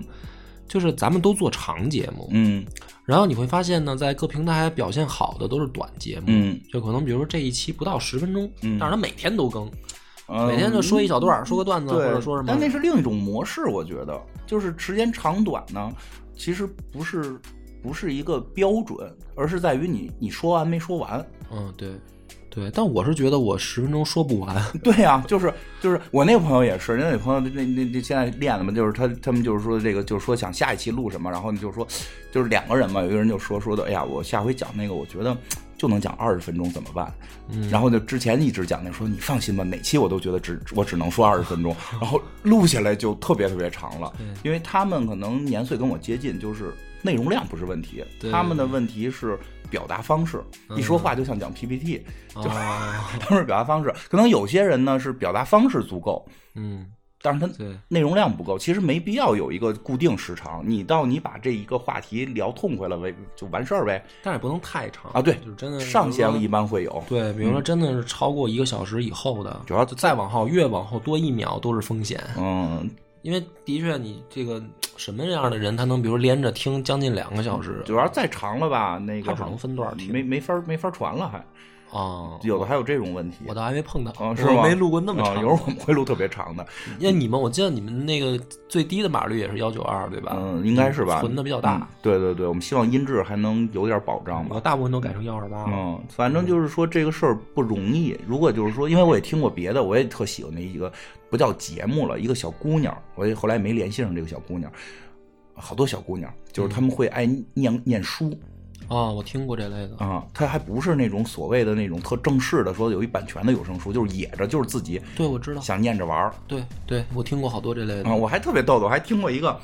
Speaker 1: 就是咱们都做长节目，
Speaker 2: 嗯
Speaker 1: 然后你会发现呢，在各平台表现好的都是短节目，
Speaker 2: 嗯
Speaker 1: 就可能比如说这一期不到十分钟，
Speaker 2: 嗯
Speaker 1: 但是它每天都更，
Speaker 2: 嗯，
Speaker 1: 每天就说一小段儿，说个段子或
Speaker 2: 对，
Speaker 1: 者说什么
Speaker 2: 但，那是另一种模式，我觉得就是时间长短呢，其实不是不是一个标准，而是在于你你说完没说完。
Speaker 1: 嗯，对。对，但我是觉得我十分钟说不 完，
Speaker 2: 对呀、就是就是我那个朋友也是，人家那朋友那那那现在练了嘛，就是他他们就是说这个就是说想下一期录什么，然后你就说就是两个人嘛，有一个人就说说的，哎呀，我下回讲那个，我觉得。就能讲二十分钟怎么办？然后就之前一直讲那说你放心吧，哪期我都觉得只我只能说二十分钟，然后录下来就特别特别长了，因为他们可能年岁跟我接近，就是内容量不是问题，
Speaker 1: 对
Speaker 2: 他们的问题是表达方式，一说话就像讲 PPT，
Speaker 1: 啊，
Speaker 2: 他们是表达方式。可能有些人呢是表达方式足够，
Speaker 1: 嗯，
Speaker 2: 但是他
Speaker 1: 对，
Speaker 2: 内容量不够，其实没必要有一个固定时长。你到你把这一个话题聊痛快了为就完事儿呗。
Speaker 1: 但也不能太长
Speaker 2: 啊对
Speaker 1: 就是真的是
Speaker 2: 上
Speaker 1: 比如
Speaker 2: 限
Speaker 1: 说
Speaker 2: 一般会有，
Speaker 1: 对，比如说真的是超过一个小时以后的，
Speaker 2: 嗯主要
Speaker 1: 就再往后越往后多一秒都是风险，
Speaker 2: 嗯，
Speaker 1: 因为的确你这个什么样的人，他能比如连着听将近两个小时，
Speaker 2: 主要再长了吧，那个
Speaker 1: 他只能分段听
Speaker 2: 没没法没法传了还，
Speaker 1: 啊，
Speaker 2: 有的还有这种问题
Speaker 1: 我。倒还没碰到，
Speaker 2: 啊，是
Speaker 1: 我
Speaker 2: 吗？
Speaker 1: 没录过那么
Speaker 2: 啊
Speaker 1: 长的。
Speaker 2: 有时候我们会录特别长的，
Speaker 1: 因为你们，我记得你们那个最低的码率也是幺九二，对吧？
Speaker 2: 嗯，应该是吧？
Speaker 1: 存的比较大
Speaker 2: 嗯对对对，我们希望音质还能有点保障吧
Speaker 1: 我。大部分都改成幺二八了。
Speaker 2: 嗯，反正就是说这个事儿不容易。如果就是说，因为我也听过别的，我也特喜欢的一个不叫节目了，一个小姑娘，我也后来没联系上这个小姑娘。好多小姑娘，
Speaker 1: 嗯
Speaker 2: 就是她们会爱念念书
Speaker 1: 啊，我听过这类的。
Speaker 2: 啊，她还不是那种所谓的那种特正式的说有一版权的有声书，就是野着，就是自己
Speaker 1: 对，我知道。
Speaker 2: 想念着玩儿
Speaker 1: 对对，我听过好多这类
Speaker 2: 啊。
Speaker 1: 的
Speaker 2: 我还特别逗的，我还听过一个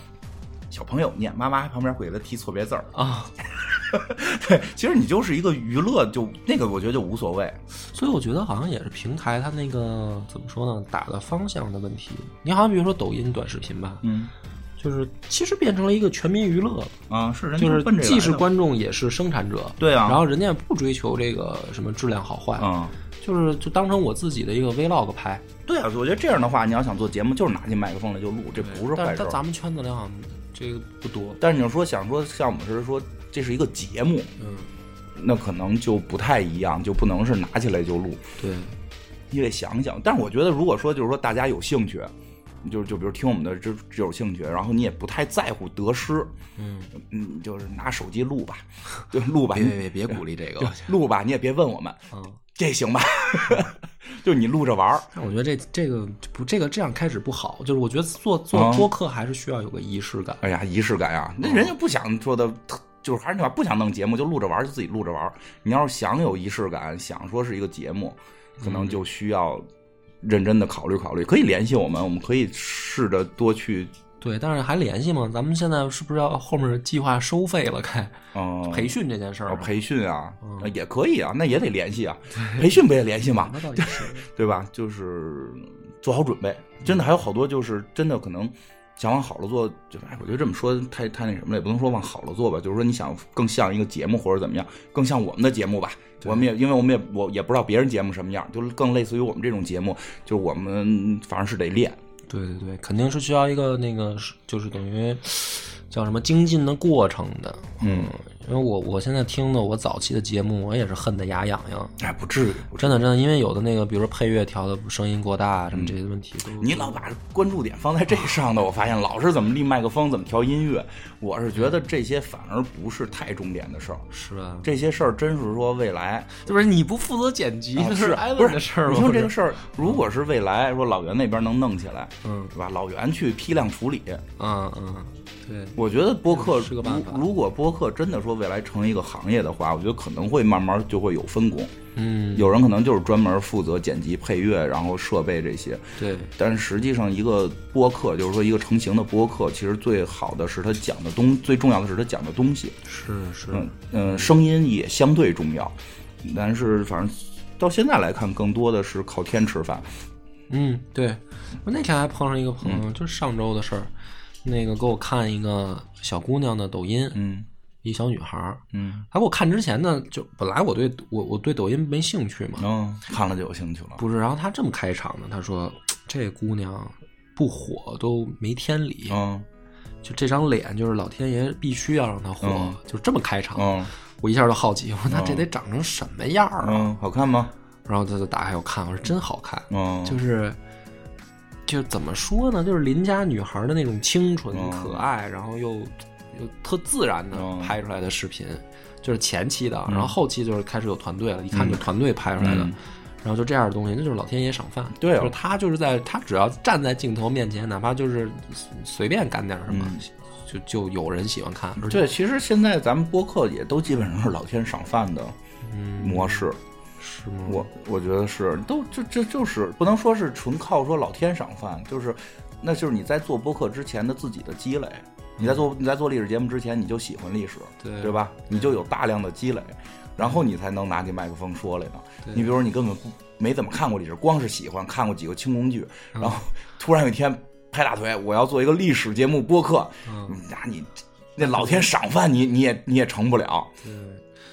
Speaker 2: 小朋友念，妈妈还旁边会给他提错别字儿。
Speaker 1: 啊，
Speaker 2: 对，其实你就是一个娱乐，就那个我觉得就无所谓。
Speaker 1: 所以我觉得好像也是平台它那个怎么说呢，打的方向的问题。你好像比如说抖音短视频吧，
Speaker 2: 嗯
Speaker 1: 就是其实变成了一个全民娱乐了，
Speaker 2: 啊，是人
Speaker 1: 就是
Speaker 2: 奔这个
Speaker 1: 既
Speaker 2: 来
Speaker 1: 是
Speaker 2: 的
Speaker 1: 观众也是生产者，
Speaker 2: 对啊，
Speaker 1: 然后人家也不追求这个什么质量好坏，
Speaker 2: 嗯，
Speaker 1: 就是就当成我自己的一个 vlog 拍。
Speaker 2: 对啊，我觉得这样的话，你要想做节目，就是拿起麦克风来就录，这不是
Speaker 1: 但
Speaker 2: 坏
Speaker 1: 是
Speaker 2: 事
Speaker 1: 但
Speaker 2: 儿。
Speaker 1: 咱们圈子里好像这个不多，
Speaker 2: 但是你要说想说像我们是说这是一个节目，
Speaker 1: 嗯，
Speaker 2: 那可能就不太一样，就不能是拿起来就录，
Speaker 1: 对，
Speaker 2: 你得想想。但是我觉得，如果说就是说大家有兴趣，就就比如听我们的这这有兴趣，然后你也不太在乎得失，
Speaker 1: 嗯
Speaker 2: 嗯，就是拿手机录吧，就录吧，
Speaker 1: 别别别别鼓励这个，
Speaker 2: 就
Speaker 1: 我觉
Speaker 2: 录吧，你也别问我们
Speaker 1: 得嗯。
Speaker 2: 这行吧， 就你录着玩儿，
Speaker 1: 但我觉得这这个不这个这样开始不好，就是我觉得做做
Speaker 2: 啊
Speaker 1: 播客还是需要有个仪式感。
Speaker 2: 哎呀，仪式感啊！那人家不想说的，特就是还是那话，不想弄节目就录着玩儿，就自己录着玩儿。你要是想有仪式感，想说是一个节目，可能就需要认真的考虑考虑。可以联系我们，我们可以试着多去，
Speaker 1: 对，但是还联系吗？咱们现在是不是要后面计划收费了？开
Speaker 2: 嗯、
Speaker 1: 培训这件事儿
Speaker 2: 哦
Speaker 1: 啊，
Speaker 2: 培训啊，
Speaker 1: 嗯
Speaker 2: 呃也可以啊，那也得联系啊， 培训不也联系吗？
Speaker 1: 那倒也是。
Speaker 2: 对吧？就是做好准备，真的还有好多就是真的可能想往好了做，就是哎，我觉得这么说太太那什么了，也不能说往好了做吧，就是说你想更像一个节目或者怎么样，更像我们的节目吧。我们也因为我们也我也不知道别人节目什么样，就是更类似于我们这种节目，就是我们反正是得练，
Speaker 1: 对对对，肯定是需要一个那个，就是等于叫什么精进的过程的。
Speaker 2: 嗯，
Speaker 1: 因为我我现在听的我早期的节目，我也是恨得牙痒痒。
Speaker 2: 哎，不至于。不至于
Speaker 1: 真的真的，因为有的那个，比如说配乐调的声音过大啊什么这些问题都，
Speaker 2: 你老把关注点放在这上头，我发现老是怎么立麦克风，怎么调音乐，我是觉得这些反而不是太重点的事儿，
Speaker 1: 是啊吧？
Speaker 2: 这些事儿真是说未来
Speaker 1: 就是你不负责剪辑，
Speaker 2: 啊
Speaker 1: 那
Speaker 2: 是
Speaker 1: 艾
Speaker 2: 不
Speaker 1: 文
Speaker 2: 是
Speaker 1: 的事儿
Speaker 2: 你
Speaker 1: 吗？
Speaker 2: 说
Speaker 1: 不
Speaker 2: 这个
Speaker 1: 是
Speaker 2: 事儿，如果是未来说老袁那边能弄起来，
Speaker 1: 嗯
Speaker 2: 对吧？老袁去批量处理，
Speaker 1: 嗯嗯，对，
Speaker 2: 我觉得播客
Speaker 1: 是个办法
Speaker 2: 如如果播客真的说未来成一个行业的话，我觉得可能会慢慢就会有分工，
Speaker 1: 嗯，
Speaker 2: 有人可能就是专门负责剪辑、配乐，然后设备这些。
Speaker 1: 对，
Speaker 2: 但是实际上，一个播客就是说一个成型的播客，其实最好的是他讲的东，最重要的是他讲的东西。
Speaker 1: 是是，
Speaker 2: 嗯嗯，声音也相对重要，但是反正到现在来看，更多的是靠天吃饭。
Speaker 1: 嗯，对，我那天还碰上一个朋友，就是上周的事儿，那个给我看一个小姑娘的抖音，
Speaker 2: 嗯
Speaker 1: 一小女孩儿，
Speaker 2: 嗯，
Speaker 1: 她给我看之前呢，就本来我对我我对抖音没兴趣嘛，
Speaker 2: 嗯，看了就有兴趣了。
Speaker 1: 不是，然后她这么开场的，她说这姑娘不火都没天理，
Speaker 2: 嗯
Speaker 1: 就这张脸就是老天爷必须要让她火，
Speaker 2: 嗯
Speaker 1: 就这么开场，
Speaker 2: 嗯
Speaker 1: 我一下就好奇，我说那
Speaker 2: 嗯
Speaker 1: 这得长成什么样儿啊？
Speaker 2: 嗯，好看吗？
Speaker 1: 然后她就打开我看，我说真好看，
Speaker 2: 嗯，
Speaker 1: 就是就怎么说呢，就是邻家女孩的那种清纯
Speaker 2: 嗯
Speaker 1: 可爱，然后又又特自然的
Speaker 2: 嗯
Speaker 1: 拍出来的视频，就是前期的，
Speaker 2: 嗯
Speaker 1: 然后后期就是开始有团队了，一看就是团队拍出来的。
Speaker 2: 嗯
Speaker 1: 然后就这样的东西，那就是老天爷赏饭。
Speaker 2: 对啊
Speaker 1: 就是他就是在他只要站在镜头面前，哪怕就是随便干点什么，
Speaker 2: 嗯
Speaker 1: 就就有人喜欢看。而且
Speaker 2: 对，其实现在咱们播客也都基本上是老天赏饭的
Speaker 1: 嗯
Speaker 2: 模式，
Speaker 1: 是吗？
Speaker 2: 我我觉得是，都这这就是不能说是纯靠说老天赏饭，就是那就是你在做播客之前的自己的积累。你在做你在做历史节目之前，你就喜欢历史，
Speaker 1: 对
Speaker 2: 对吧？你就有大量的积累，然后你才能拿起麦克风说来呢。你比如说，你根本不没怎么看过历史，光是喜欢看过几个清宫剧，然后突然有一天拍大腿，我要做一个历史节目播客，
Speaker 1: 嗯，
Speaker 2: 那你那老天赏饭你，你也你也成不了，
Speaker 1: 对，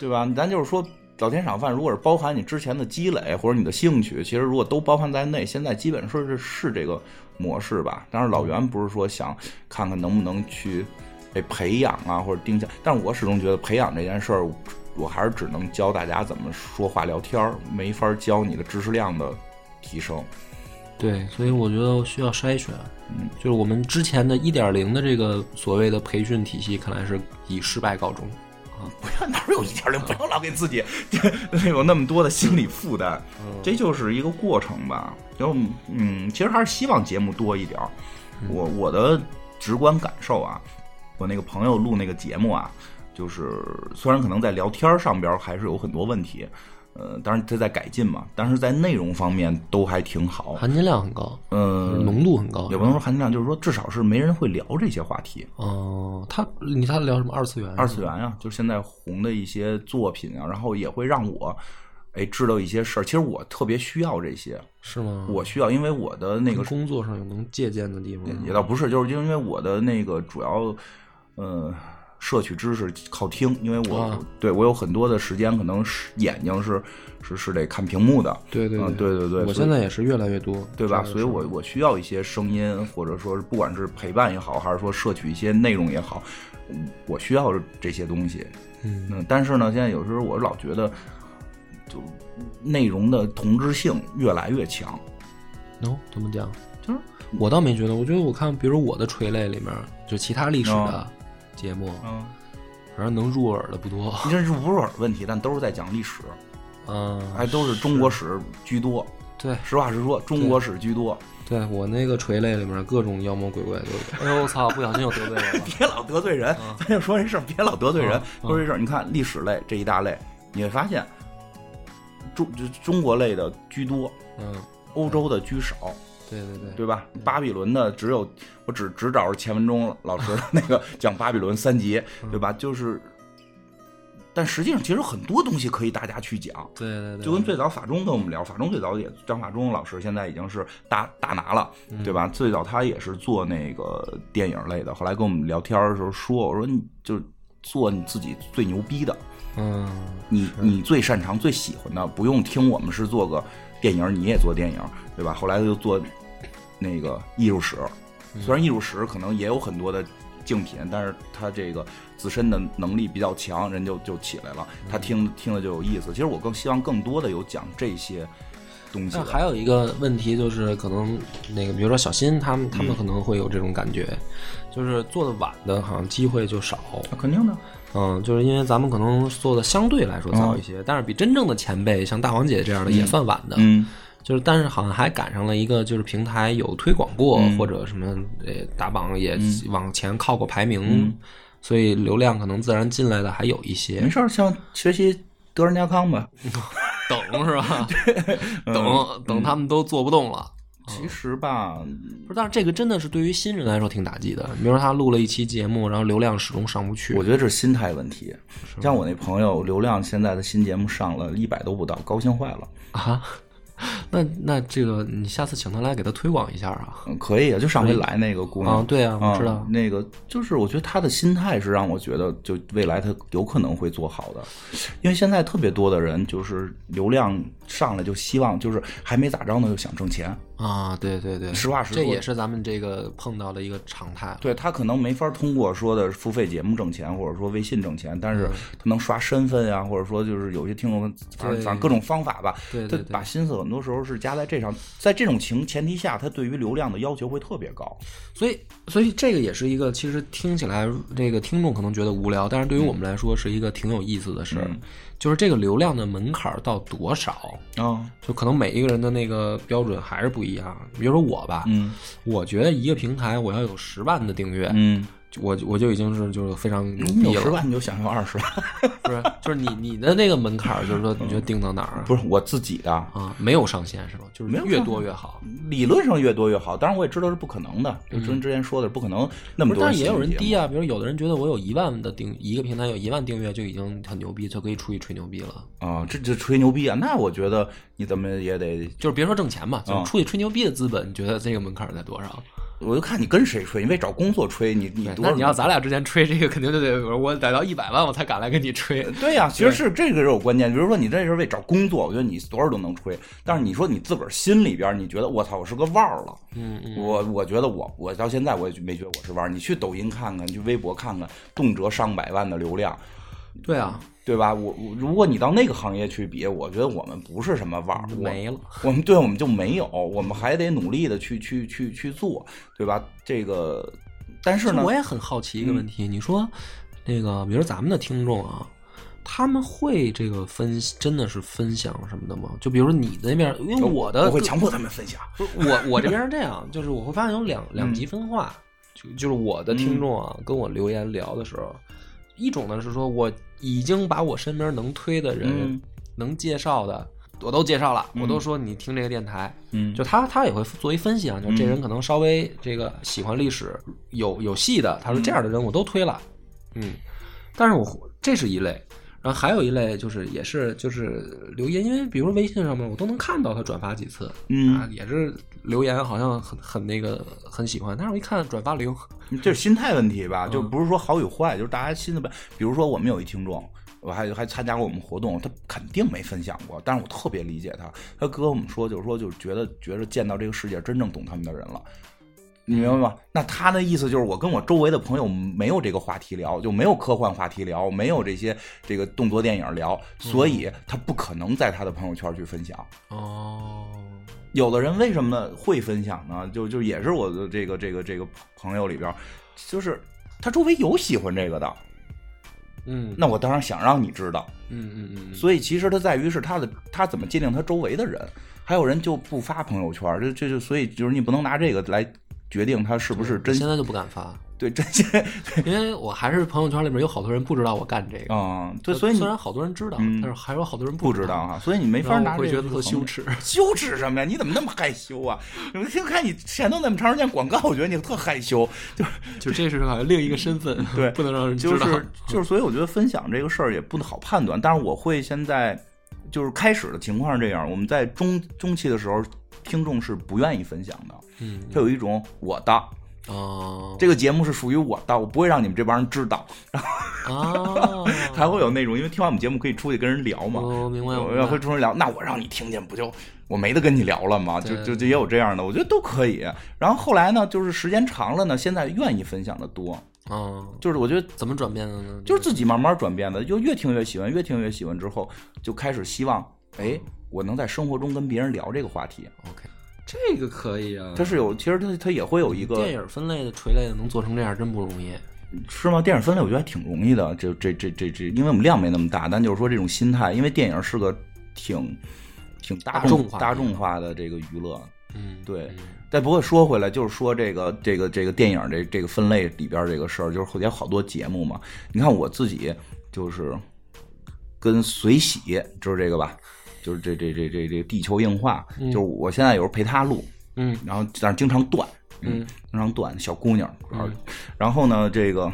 Speaker 2: 对吧？咱就是说，老天赏饭，如果是包含你之前的积累或者你的兴趣，其实如果都包含在内，现在基本说是是这个模式吧。当然，老袁不是说想看看能不能去被培养啊，或者定下，但是我始终觉得培养这件事儿，我还是只能教大家怎么说话聊天儿，没法教你的知识量的提升。
Speaker 1: 对，所以我觉得需要筛选。嗯，就是我们之前的一点零的这个所谓的培训体系，看来是以失败告终。
Speaker 2: 不要 哪有一点零，不要老给自己 有那么多的心理负担，这就是一个过程吧。就嗯，其实还是希望节目多一点儿。我我的直观感受啊，我那个朋友录那个节目啊，就是虽然可能在聊天儿上边儿还是有很多问题，呃，当然他在改进嘛，但是在内容方面都还挺好。
Speaker 1: 含金量很高，
Speaker 2: 嗯、
Speaker 1: 浓度很高
Speaker 2: 也。不能说含金量，就是说至少是没人会聊这些话题。
Speaker 1: 哦，他你他聊什么二次元？
Speaker 2: 二次元啊，就是现在红的一些作品啊，然后也会让我哎知道一些事儿。其实我特别需要这些，
Speaker 1: 是吗？
Speaker 2: 我需要，因为我的那个
Speaker 1: 跟工作上有能借鉴的地方吗，
Speaker 2: 也倒不是，就是因为我的那个主要呃摄取知识靠听，因为我、
Speaker 1: 啊
Speaker 2: 对我有很多的时间，可能是眼睛是是是得看屏幕的，
Speaker 1: 对对
Speaker 2: 嗯对对对
Speaker 1: 我
Speaker 2: 所以
Speaker 1: 现在也是越来越多，
Speaker 2: 对吧？
Speaker 1: 这个
Speaker 2: 所以我我需要一些声音，或者说是不管是陪伴也好，还是说摄取一些内容也好，嗯我需要这些东西。
Speaker 1: 嗯
Speaker 2: 嗯，但是呢，现在有时候我老觉得，就内容的同质性越来越强，
Speaker 1: 喏、怎么讲？
Speaker 2: 就是
Speaker 1: 我倒没觉得，我觉得我看，比如我的垂类里面，就其他历史的节目，
Speaker 2: 嗯，
Speaker 1: 反正能入耳的不多。
Speaker 2: 你这是无耳问题，但都是在讲历史，
Speaker 1: 嗯，
Speaker 2: 还都是中国史居多。
Speaker 1: 对
Speaker 2: 实话实说，中国史居多。
Speaker 1: 对，我那个垂类里面各种妖魔鬼怪都 有。哎呦我操，不小心又得罪人了。
Speaker 2: 别老得罪人，
Speaker 1: 啊
Speaker 2: 咱就说这事儿，别老得罪人。说这事儿，你看历史类这一大类，你会发现中就中国类的居多，
Speaker 1: 嗯，
Speaker 2: 欧洲的居少，
Speaker 1: 对对对，
Speaker 2: 对吧？巴比伦的只有我只只找着钱文忠老师的那个讲巴比伦三杰，对吧？就是，但实际上其实很多东西可以大家去讲，
Speaker 1: 对对对，
Speaker 2: 就跟最早法中跟我们聊，法中最早也张法中老师现在已经是大大拿了，对吧？最早他也是做那个电影类的，后来跟我们聊天的时候说，我说你就做你自己最牛逼的，
Speaker 1: 嗯，
Speaker 2: 你你最擅长、最喜欢的，不用听我们是做个电影，你也做电影，对吧？后来他就做那个艺术史，虽然艺术史可能也有很多的竞品，但是他这个自身的能力比较强，人就就起来了。他听听的就有意思。其实我更希望更多的有讲这些东西
Speaker 1: 但
Speaker 2: 的。
Speaker 1: 还有一个问题就是，可能那个，比如说小新他们，
Speaker 2: 嗯
Speaker 1: 他们可能会有这种感觉，就是做的晚的，好像机会就少。
Speaker 2: 啊肯定的，
Speaker 1: 嗯，就是因为咱们可能做的相对来说早一些，但是比真正的前辈像大黄姐这样的也算晚的。
Speaker 2: 嗯，
Speaker 1: 就是，但是好像还赶上了一个，就是平台有推广过、
Speaker 2: 嗯
Speaker 1: 或者什么，呃，打榜也往前靠过排名，
Speaker 2: 嗯
Speaker 1: 所以流量可能自然进来的还有一些
Speaker 2: 没。事儿，像学习德仁家康吧。
Speaker 1: 等是 吧？等等他们都做不动了。
Speaker 2: 其实吧，
Speaker 1: 不是，但是这个真的是对于新人来说挺打击的。比如说他录了一期节目，然后流量始终上不去。
Speaker 2: 我觉得这是心态问题。像我那朋友流量现在的新节目上了一百都不到，高兴坏了。
Speaker 1: 啊， 那那这个你下次请他来给他推广一下啊。
Speaker 2: 嗯，可以啊，就上回来那个姑娘，
Speaker 1: 啊，对啊，我知道。
Speaker 2: 嗯那个就是我觉得她的心态是让我觉得，就未来她有可能会做好的，因为现在特别多的人就是流量上来就希望，就是还没咋着呢就想挣钱，
Speaker 1: 啊，对对对，
Speaker 2: 实话实说
Speaker 1: 这也是咱们这个碰到的一个常态。
Speaker 2: 对他可能没法通过说的付费节目挣钱，或者说微信挣钱，但
Speaker 1: 嗯
Speaker 2: 是他能刷身份呀、或者说就是有些听众，反正
Speaker 1: 对
Speaker 2: 反正各种方法吧，
Speaker 1: 对对对
Speaker 2: 他把心思很多时候是加在这上，在这种情前提下，他对于流量的要求会特别高，
Speaker 1: 所以，所以这个也是一个，其实听起来这个听众可能觉得无聊，但是对于我们来说是一个挺有意思的事儿。就是这个流量的门槛儿到多少，
Speaker 2: 啊，
Speaker 1: 就可能每一个人的那个标准还是不一样。比如说我吧，
Speaker 2: 嗯
Speaker 1: 我觉得一个平台我要有十万的订阅，
Speaker 2: 嗯，
Speaker 1: 就我我就已经是就是非常牛
Speaker 2: 你
Speaker 1: 逼
Speaker 2: 有十
Speaker 1: 了，
Speaker 2: 万你就想要二十万。
Speaker 1: 不 是？就是你你的那个门槛儿，就是说你觉得定到哪儿啊？
Speaker 2: 不是我自己的，
Speaker 1: 啊，没有上限是吧？就是
Speaker 2: 没有
Speaker 1: 越
Speaker 2: 上
Speaker 1: 多越好。
Speaker 2: 理论上越多越好。当然我也知道是不可能的，就跟之前说的不可能那
Speaker 1: 嗯不
Speaker 2: 么
Speaker 1: 是，
Speaker 2: 多。
Speaker 1: 但是也有人低，啊，比如有的人觉得我有一万的订一个平台有一万订阅就已经很牛逼，就可以出去吹牛逼了。
Speaker 2: 啊，这这吹牛逼啊！那我觉得你怎么也得，
Speaker 1: 就是别说挣钱嘛，就是
Speaker 2: 嗯
Speaker 1: 出去吹牛逼的资本，你觉得这个门槛儿在多少？
Speaker 2: 我就看你跟谁吹，因为找工作吹，你你
Speaker 1: 对
Speaker 2: 多
Speaker 1: 那
Speaker 2: 少？
Speaker 1: 你要咱俩之前吹这个，肯定就得我得到一百万我才敢来跟你吹。
Speaker 2: 对呀、其实是这个是有关键。比如说你这是为找工作，我觉得你多少都能吹。但是你说你自个儿心里边儿，你觉得我操，我是个腕儿了。嗯嗯，我我觉得我我到现在我也没觉得我是腕儿。你去抖音看看，你去微博看看，动辄上百万的流量，
Speaker 1: 对啊，
Speaker 2: 对吧？我我如果你到那个行业去比，我觉得我们不是什么腕儿，我
Speaker 1: 嗯没了。
Speaker 2: 我们对我们就没有，我们还得努力的去去去去做，对吧？这个，但是
Speaker 1: 其实
Speaker 2: 呢嗯
Speaker 1: 我，也很好奇一个问题，你说那个，比如咱们的听众啊，他们会这个分真的是分享什么的吗？就比如你那边，因为我的
Speaker 2: 哦我会强迫他们分享，
Speaker 1: 不是我我这边是这样，就是我会发现有 两
Speaker 2: 嗯
Speaker 1: 两极分化，就就是我的听众啊，跟我留言聊的时候，一种呢是说我已经把我身边能推的人、
Speaker 2: 嗯
Speaker 1: 能介绍的。我都介绍了，我都说你听这个电台，
Speaker 2: 嗯
Speaker 1: 就他他也会做一分析啊，就这人可能稍微这个喜欢历史有有戏的，他说这样的人我都推了，嗯，但是我这是一类，然后还有一类就是也是就是留言，因为比如微信上面我都能看到他转发几次，
Speaker 2: 嗯
Speaker 1: 啊，也是留言好像很很那个很喜欢，但是我一看转发零，
Speaker 2: 这是心态问题吧？就不是说好与坏，就是大家心的吧。比如说，我们有一听众，我还还参加过我们活动，他肯定没分享过，但是我特别理解他。他跟我们说，就是说，就是觉得觉得见到这个世界真正懂他们的人了。你明白吗？那他的意思就是，我跟我周围的朋友没有这个话题聊，就没有科幻话题聊，没有这些这个动作电影聊，所以他不可能在他的朋友圈去分享。
Speaker 1: 哦，
Speaker 2: 有的人为什么会分享呢？就就也是我的这个这个这个朋友里边儿，就是他周围有喜欢这个的，
Speaker 1: 嗯
Speaker 2: 那我当然想让你知道。
Speaker 1: 嗯嗯嗯
Speaker 2: 所以其实它在于是他的他怎么界定他周围的人，还有人就不发朋友圈，这这就所以就是你不能拿这个来决定他是不是真
Speaker 1: 现在就不敢 发，
Speaker 2: 对真心
Speaker 1: 因为我还是朋友圈里面有好多人不知道我干这个。
Speaker 2: 嗯对，所以你
Speaker 1: 虽然好多人知道，
Speaker 2: 嗯
Speaker 1: 但是还有好多人
Speaker 2: 不
Speaker 1: 知
Speaker 2: 知道。啊，所以你没
Speaker 1: 没
Speaker 2: 法拿这
Speaker 1: 会
Speaker 2: 个
Speaker 1: 觉得
Speaker 2: 去
Speaker 1: 特
Speaker 2: 衡
Speaker 1: 羞
Speaker 2: 量。
Speaker 1: 耻。
Speaker 2: 羞耻什么呀？你怎么那么害羞啊？你就看你前头那么长时间广告，我觉得你特害羞。
Speaker 1: 就这是好像另一个身份，
Speaker 2: 对
Speaker 1: 不能让人知
Speaker 2: 就
Speaker 1: 道。
Speaker 2: 是就是，所以我觉得分享这个事儿也不好判断，但是我会现在就是开始的情况是这样，我们在中中期的时候，听众是不愿意分享的，
Speaker 1: 嗯，
Speaker 2: 他有一种我的
Speaker 1: 哦，
Speaker 2: 这个节目是属于我的，我不会让你们这帮人知道，
Speaker 1: 啊，
Speaker 2: 还会有那种因为听完我们节目可以出去跟人聊嘛，
Speaker 1: 我哦明白，
Speaker 2: 我
Speaker 1: 我
Speaker 2: 要
Speaker 1: 明
Speaker 2: 会
Speaker 1: 白。
Speaker 2: 出人聊，那我让你听见不就我没得跟你聊了吗？就
Speaker 1: 对
Speaker 2: 就就也有这样的，我觉得都可以。然后后来呢，就是时间长了呢，现在愿意分享的多，
Speaker 1: 嗯，
Speaker 2: 就是我觉得
Speaker 1: 怎么转变的呢？
Speaker 2: 就是自己慢慢转变的，就越听越喜欢，越听越喜欢之后，就开始希望，哎，我能在生活中跟别人聊这个话题。
Speaker 1: OK，这个可以啊。
Speaker 2: 它是有，其实它它也会有一
Speaker 1: 电
Speaker 2: 个
Speaker 1: 影分类的垂类的能做成这样，真不容易。
Speaker 2: 是吗？电影分类我觉得还挺容易的，这这这这这，因为我们量没那么大，但就是说这种心态，因为电影是个挺挺大
Speaker 1: 大众
Speaker 2: 众
Speaker 1: 化
Speaker 2: 大众化的这个娱乐，
Speaker 1: 嗯，
Speaker 2: 对
Speaker 1: 嗯
Speaker 2: 但不过说回来，就是说这个这个这个电影这这个分类里边这个事儿，就是也有好多节目嘛。你看我自己就是跟随喜，知道这个吧？就是这这这这这地球硬化，就是我现在有时候陪他录，
Speaker 1: 嗯
Speaker 2: 然后但是经常断，
Speaker 1: 嗯，
Speaker 2: 经常断，小姑娘主要是。然后呢，这个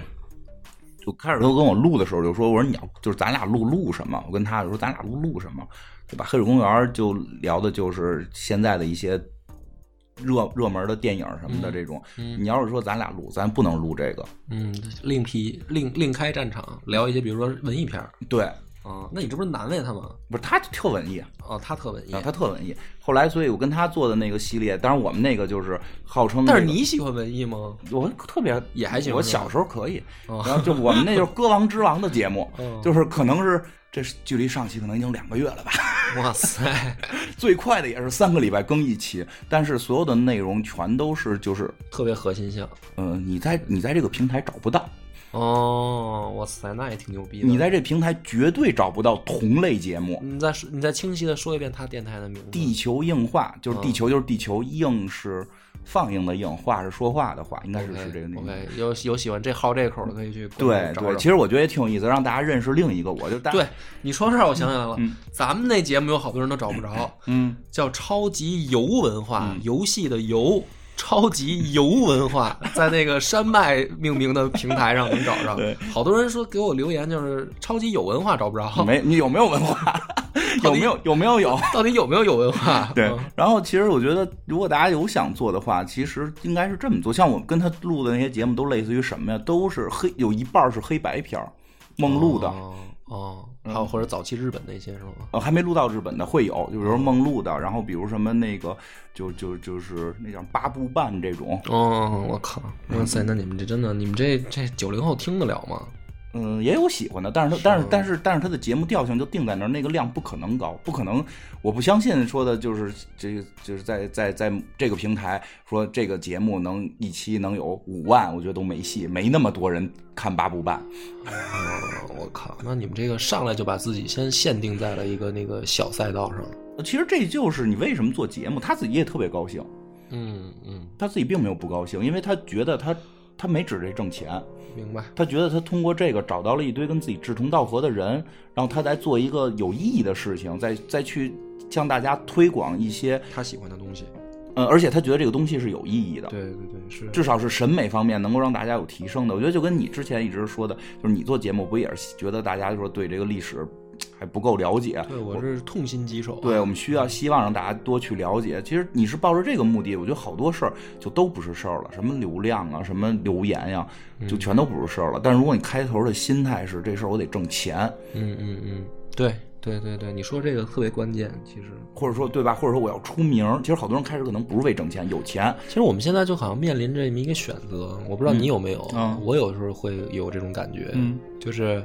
Speaker 2: 就开始都跟我录的时候就说，我说你要就是咱俩录录什么？我跟他就说咱俩录录什么？对吧？黑水公园就聊的就是现在的一些热热门的电影什么的这种。你要是说咱俩录，咱不能录这个。
Speaker 1: 嗯，另辟另另开战场，聊一些比如说文艺片儿
Speaker 2: 对，
Speaker 1: 啊。那你这不是难为他吗？
Speaker 2: 不是他特文艺，
Speaker 1: 哦，他特文艺
Speaker 2: 啊，，他特文艺。后来，所以我跟他做的那个系列，当然我们那个就是号称、
Speaker 1: 但是你喜欢文艺吗？
Speaker 2: 我特别
Speaker 1: 也还行
Speaker 2: 我
Speaker 1: 是吧
Speaker 2: 小时候可以，
Speaker 1: 哦
Speaker 2: 然后就我们那就是歌王之王的 节目，
Speaker 1: 嗯
Speaker 2: 就是可能是这是距离上期可能已经两个月了吧，
Speaker 1: 哇塞，
Speaker 2: 最快的也是三个礼拜更一期，但是所有的内容全都是就是，
Speaker 1: 特别核心项。
Speaker 2: 呃，你在你在这个平台找不到，
Speaker 1: 哦，哇塞，那也挺牛逼的。
Speaker 2: 你在这平台绝对找不到同类节目。
Speaker 1: 你再说，你再清晰的说一遍他电台的名字。
Speaker 2: 地球硬化
Speaker 1: 哦
Speaker 2: 就是地球，就是地球硬是放映的硬，话是说话的话，应该是是这个内容。
Speaker 1: OK，有有喜欢这好这口的可以去关注
Speaker 2: 对
Speaker 1: 找
Speaker 2: 对，
Speaker 1: 找
Speaker 2: 其实我觉得也挺有意思，让大家认识另一个我，就大家
Speaker 1: 对，你说这儿我想起来了， 咱们那节目有好多人都找不着，
Speaker 2: 嗯，
Speaker 1: 叫超级游文化，游戏的游。超级游文化在那个山脉命名的平台上能找着，好多人说给我留言就是超级有文化找不着，
Speaker 2: 没你有没有文化？有没有有没有有？
Speaker 1: 到底有没有有文化？
Speaker 2: 对
Speaker 1: 嗯，
Speaker 2: 然后其实我觉得，如果大家有想做的话，其实应该是这么做。像我跟他录的那些节目，都类似于什么呀？都是黑，有一半是黑白片儿，梦露的，嗯
Speaker 1: 哦哦，还有或者早期日本那些是吗？
Speaker 2: 呃，还没录到日本的会有，就比如说梦露的，然后比如什么那个，就就就是那叫八部半这种，
Speaker 1: 哦，我靠，哇塞，那你们这真的，你们这这九零后听得了吗？
Speaker 2: 嗯，也有喜欢的，但是他，但是，但是，但是他的节目调性就定在那儿，那个量不可能高，不可能，我不相信说的就是这个，就是在在在这个平台说这个节目能一期能有五万，我觉得都没戏，没那么多人看八不半。
Speaker 1: 哦我靠，那你们这个上来就把自己先限定在了一个那个小赛道上。
Speaker 2: 呃其实这就是你为什么做节目，他自己也特别高兴，
Speaker 1: 嗯嗯，
Speaker 2: 他自己并没有不高兴，因为他觉得他他没指这挣钱，
Speaker 1: 明白。
Speaker 2: 他觉得他通过这个找到了一堆跟自己志同道合的人，然后他再做一个有意义的事情，再再去向大家推广一些，
Speaker 1: 他喜欢的东西。
Speaker 2: 呃，而且他觉得这个东西是有意义的，
Speaker 1: 对对对，是
Speaker 2: 至少是审美方面能够让大家有提升的。我觉得就跟你之前一直说的，就是你做节目不也是觉得大家说对这个历史还不够了解，
Speaker 1: 对我是痛心疾首。啊
Speaker 2: 对，我们需要希望让大家多去了解。其实你是抱着这个目的，我觉得好多事儿就都不是事儿了，什么流量啊，什么留言呀、
Speaker 1: 嗯
Speaker 2: 就全都不是事儿了。但如果你开头的心态是这事儿我得挣钱，
Speaker 1: 嗯嗯嗯，对对对对，你说这个特别关键。其实，
Speaker 2: 或者说对吧，或者说我要出名儿，其实好多人开始可能不是为挣钱，有钱，
Speaker 1: 其实我们现在就好像面临这么一个选择，我不知道你有没有，
Speaker 2: 嗯
Speaker 1: 我有时候会有这种感觉，
Speaker 2: 嗯
Speaker 1: 就是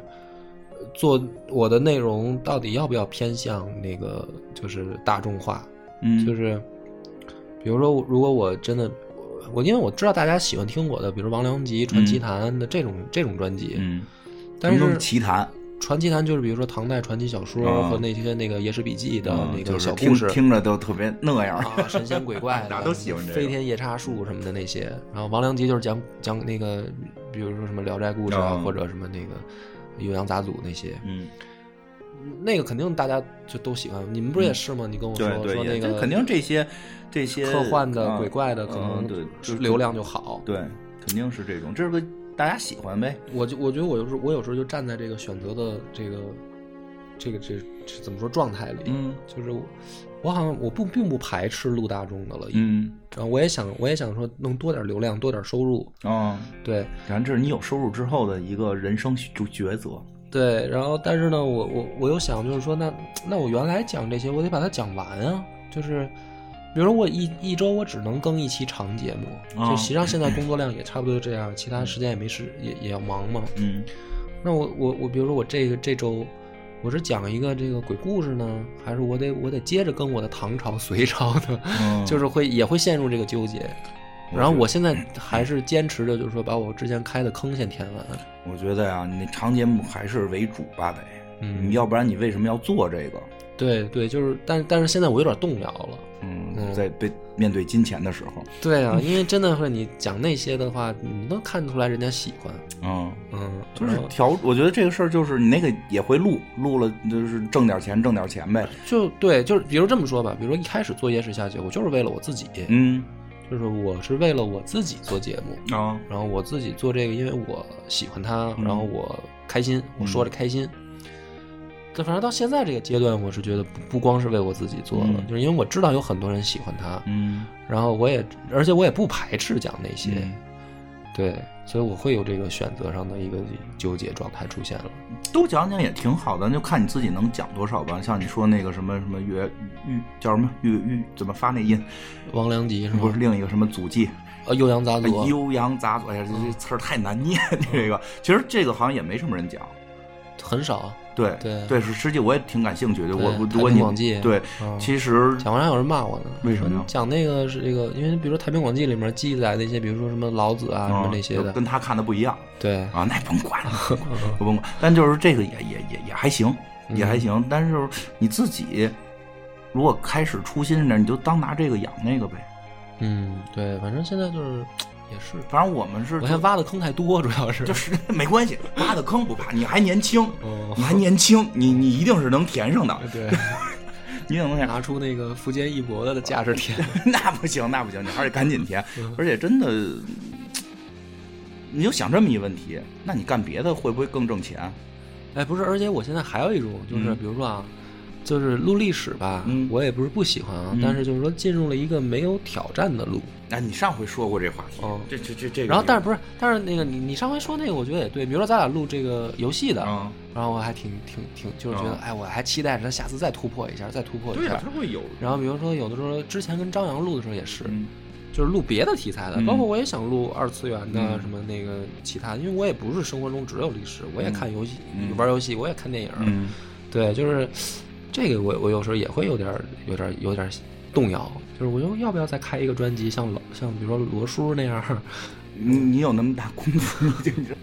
Speaker 1: 呃做我的内容到底要不要偏向那个就是大众化，
Speaker 2: 嗯
Speaker 1: 就是比如说我，如果我真的我因为我知道大家喜欢听我的，比如王良吉《传奇谈》的这种、这种专辑，
Speaker 2: 嗯，
Speaker 1: 但
Speaker 2: 什么
Speaker 1: 是
Speaker 2: 都奇谈
Speaker 1: 传奇谈就是比如说唐代传奇小说
Speaker 2: 啊
Speaker 1: 和那些那个野史笔记的
Speaker 2: 嗯
Speaker 1: 那
Speaker 2: 就
Speaker 1: 个
Speaker 2: 是
Speaker 1: 小
Speaker 2: 听
Speaker 1: 故事。
Speaker 2: 听着都特别那样儿。
Speaker 1: 啊，神仙鬼怪的，
Speaker 2: 大家都喜欢这个嗯
Speaker 1: 飞天夜叉术什么的那些。然后王良吉就是讲讲那个，比如说什么《聊斋故事》啊，
Speaker 2: 嗯
Speaker 1: 或者什么那个《酉阳杂俎》那些，
Speaker 2: 嗯，
Speaker 1: 那个肯定大家就都喜欢。你们不是也是吗？你跟我说
Speaker 2: 嗯对对，
Speaker 1: 说
Speaker 2: 也
Speaker 1: 那个
Speaker 2: 就肯定这些这些
Speaker 1: 科幻的、
Speaker 2: 啊
Speaker 1: 鬼怪的，可
Speaker 2: 嗯对
Speaker 1: 能
Speaker 2: 就
Speaker 1: 流量就好。
Speaker 2: 对，肯定是这种，这是个大家喜欢呗。
Speaker 1: 我就我觉得我有时候我有时候就站在这个选择的这个这个这这怎么说状态里，
Speaker 2: 嗯
Speaker 1: 就是我我好像我不并不排斥录大众的了，
Speaker 2: 嗯
Speaker 1: 然后我也想我也想说弄多点流量，多点收入，
Speaker 2: 啊，
Speaker 1: 对
Speaker 2: 然后这是你有收入之后的一个人生抉抉择。
Speaker 1: 对，然后但是呢，我我我又想就是说，那那我原来讲这些，我得把它讲完啊，就是。比如说我一一周我只能更一期长节目，
Speaker 2: 啊
Speaker 1: 就实际上现在工作量也差不多就这样，其他时间也没事也也要忙嘛。
Speaker 2: 嗯
Speaker 1: 那我我我，比如说我这个这周，我是讲一个这个鬼故事呢，还是我得我得接着跟我的唐朝、 隋朝的，
Speaker 2: 嗯
Speaker 1: 就是会也会陷入这个纠结。然后我现在还是坚持着，就是说把我之前开的坑先填完。
Speaker 2: 嗯我觉得呀、你长节目还是为主吧得，
Speaker 1: 嗯
Speaker 2: 你要不然你为什么要做这个？
Speaker 1: 对对，就是，但但是现在我有点动摇了。
Speaker 2: 嗯，
Speaker 1: 嗯
Speaker 2: 在被面对金钱的时候，
Speaker 1: 对 啊，因为真的会你讲那些的话，你都看出来人家喜欢。
Speaker 2: 嗯，
Speaker 1: 嗯，
Speaker 2: 就是
Speaker 1: 然后
Speaker 2: 调，我觉得这个事儿就是你那个也会录，录了就是挣点钱，挣点钱呗。
Speaker 1: 就对，就是比如这么说吧，比如说一开始做夜市下节，我就是为了我自己，
Speaker 2: 嗯
Speaker 1: 就是我是为了我自己做节目。
Speaker 2: 啊，
Speaker 1: 然后我自己做这个，因为我喜欢它，
Speaker 2: 嗯
Speaker 1: 然后我开心，我说着开心。但反正到现在这个阶段，我是觉得不不光是为我自己做了，
Speaker 2: 嗯
Speaker 1: 就是因为我知道有很多人喜欢它，
Speaker 2: 嗯，
Speaker 1: 然后我也，而且我也不排斥讲那些，
Speaker 2: 嗯
Speaker 1: 对，所以我会有这个选择上的一个纠结状态出现了。
Speaker 2: 都讲讲也挺好的，就看你自己能讲多少吧。像你说那个什么什么粤粤叫什么粤粤怎么发那音，
Speaker 1: 王良吉是吗？
Speaker 2: 不是另一个什么祖记，
Speaker 1: 呃，酉阳杂俎，
Speaker 2: 悠扬杂俎，哎呀，这这词儿太难 念。这个其实这个好像也没什么人讲。
Speaker 1: 很少。
Speaker 2: 对
Speaker 1: 对
Speaker 2: 对，是实际我也挺感兴趣的。
Speaker 1: 对
Speaker 2: 我我
Speaker 1: 太
Speaker 2: 如果
Speaker 1: 平
Speaker 2: 你
Speaker 1: 广记
Speaker 2: 对，
Speaker 1: 嗯
Speaker 2: 其实
Speaker 1: 讲完还有人骂我呢，
Speaker 2: 为什么呀
Speaker 1: 说你讲那个是这个，因为比如说《太平广记》里面记载那些，比如说什么老子啊、什么
Speaker 2: 嗯
Speaker 1: 那些
Speaker 2: 就
Speaker 1: 的，
Speaker 2: 跟他看的不一样
Speaker 1: 对，
Speaker 2: 啊，那甭管了， 不甭管。但就是这个也也也也还行，
Speaker 1: 嗯
Speaker 2: 也还行。但是就是你自己如果开始初心点，你就当拿这个养那个呗。
Speaker 1: 嗯，对，反正现在就是也是，
Speaker 2: 反正我们是
Speaker 1: 我现在挖的坑太多，主要是
Speaker 2: 就是 没关系，挖的坑不怕，你还年轻，
Speaker 1: 哦
Speaker 2: 你还年轻，你你一定是能填上的，
Speaker 1: 对，
Speaker 2: 你一定能填上。
Speaker 1: 拿出那个福建一博的价值填，
Speaker 2: 那不行，那不行，你还是赶紧填
Speaker 1: 嗯。
Speaker 2: 而且真的，你就想这么一问题，那你干别的会不会更挣钱？
Speaker 1: 哎，不是，而且我现在还有一种，就是
Speaker 2: 嗯
Speaker 1: 比如说啊，就是录历史吧，
Speaker 2: 嗯
Speaker 1: 我也不是不喜欢啊，
Speaker 2: 嗯
Speaker 1: 但是就是说进入了一个没有挑战的路，
Speaker 2: 哎，你上回说过这话题，
Speaker 1: 哦
Speaker 2: 这这这这个。
Speaker 1: 然后但是不是，但是那个你你上回说那个，我觉得也对，比如说咱俩录这个游戏的，
Speaker 2: 啊，
Speaker 1: 然后我还挺挺挺，就是觉得、
Speaker 2: 嗯
Speaker 1: 哎，我还期待着他下次再突破一下，再突破一
Speaker 2: 对
Speaker 1: 下
Speaker 2: 呀，。他会有，
Speaker 1: 然后比如说有的时候之前跟张扬录的时候也是，
Speaker 2: 嗯
Speaker 1: 就是录别的题材的，
Speaker 2: 嗯
Speaker 1: 包括我也想录二次元的
Speaker 2: 嗯
Speaker 1: 什么那个其他的，因为我也不是生活中只有历史，我也看游戏、
Speaker 2: 嗯
Speaker 1: 玩游戏，我也看电影，
Speaker 2: 嗯，
Speaker 1: 对，就是这个我我有时候也会有点儿有点儿有点儿动摇，就是我就要不要再开一个专辑，像老像比如说罗叔那样儿，
Speaker 2: 你你有那么大功夫，你 就你这。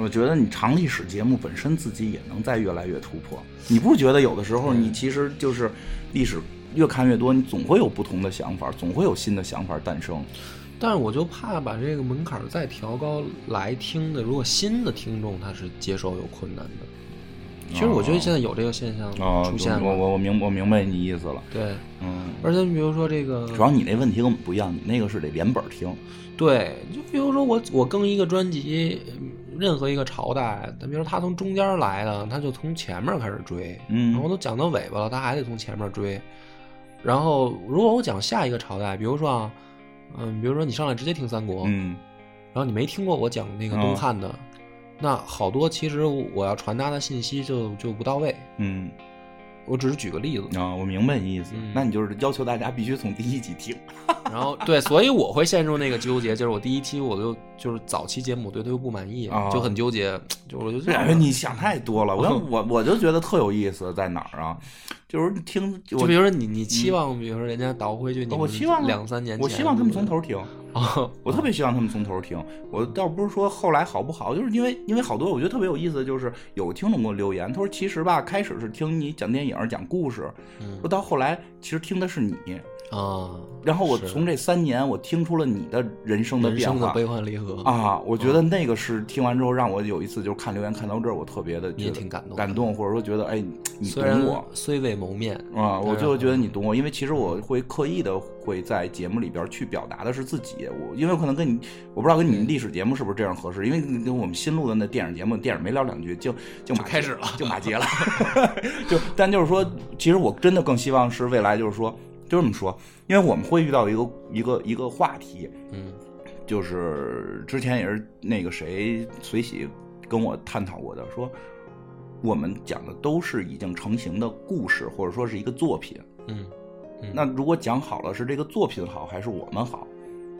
Speaker 2: 我觉得你长历史节目本身自己也能再越来越突破，你不觉得有的时候你其实就是历史越看越多，你总会有不同的想法，总会有新的想法诞生。
Speaker 1: 但是我就怕把这个门槛儿再调高，来听的如果新的听众他是接受有困难的，其实我觉得现在有这个现象出现
Speaker 2: 哦我
Speaker 1: 了，
Speaker 2: 我我明我明白你意思了，
Speaker 1: 对，
Speaker 2: 嗯，
Speaker 1: 而且你比如说这个，
Speaker 2: 主要你那问题跟我们不一样，你那个是得连本儿听，
Speaker 1: 对，就比如说我我更一个专辑，嗯任何一个朝代，咱比如说他从中间来的，他就从前面开始追，
Speaker 2: 嗯
Speaker 1: 然后都讲到尾巴了，他还得从前面追。然后如果我讲下一个朝代，比如说啊，嗯，比如说你上来直接听三国，
Speaker 2: 嗯啊
Speaker 1: 然后你没听过我讲那个东汉的，那好多其实我要传达的信息就就不到位。
Speaker 2: 嗯
Speaker 1: 我只是举个例子。
Speaker 2: 啊、我明白你意思。那你就是要求大家必须从第一集听。
Speaker 1: 然后对，所以我会陷入那个纠结，就是我第一期我就就是早期节目对他又不满意，
Speaker 2: 啊
Speaker 1: 就很纠结，就我就这样
Speaker 2: 哎，。你想太 多了。我我我就觉得特有意思，在哪儿啊？就是听
Speaker 1: 就
Speaker 2: 我
Speaker 1: 比，如说你你期望，比如说人家倒回去，你
Speaker 2: 我
Speaker 1: 们
Speaker 2: 希望啊
Speaker 1: 两三年前，
Speaker 2: 我希望他们从头听。
Speaker 1: 啊，
Speaker 2: 我特别希望他们从头听。我倒不是说后来好不好，就是因为因为好多我觉得特别有意思，的就是有听众给我留言，他说其实吧，开始是听你讲电影、讲故事，
Speaker 1: 嗯
Speaker 2: 说到后来其实听的是你。
Speaker 1: 啊，
Speaker 2: 然后我
Speaker 1: 是
Speaker 2: 从这三年，我听出了你的人生的
Speaker 1: 人
Speaker 2: 变
Speaker 1: 生的
Speaker 2: 化
Speaker 1: 悲欢离合，
Speaker 2: 啊！我觉得那个是听完之后，让我有一次就是看留言看到这儿，我特别的
Speaker 1: 你
Speaker 2: 觉
Speaker 1: 也
Speaker 2: 得
Speaker 1: 挺感动的
Speaker 2: 感动，或者说觉得哎，你你
Speaker 1: 虽
Speaker 2: 懂
Speaker 1: 然
Speaker 2: 我。
Speaker 1: 虽未谋面
Speaker 2: 啊，我
Speaker 1: 但是
Speaker 2: 就觉得你懂我，因为其实我会刻意的会在节目里边去表达的是自己，我因为可能跟你，我不知道跟你们历史节目是不是这样合适，因为跟我们新录的那电影节目，电影没聊两句就就马
Speaker 1: 就开始了
Speaker 2: 就马杰了， 就但就是说，其实我真的更希望是未来就是说就这么说，因为我们会遇到一个一个一个话题，
Speaker 1: 嗯
Speaker 2: 就是之前也是那个谁随喜跟我探讨过的，说我们讲的都是已经成型的故事，或者说是一个作品。
Speaker 1: 嗯嗯
Speaker 2: 那如果讲好了，是这个作品好还是我们好？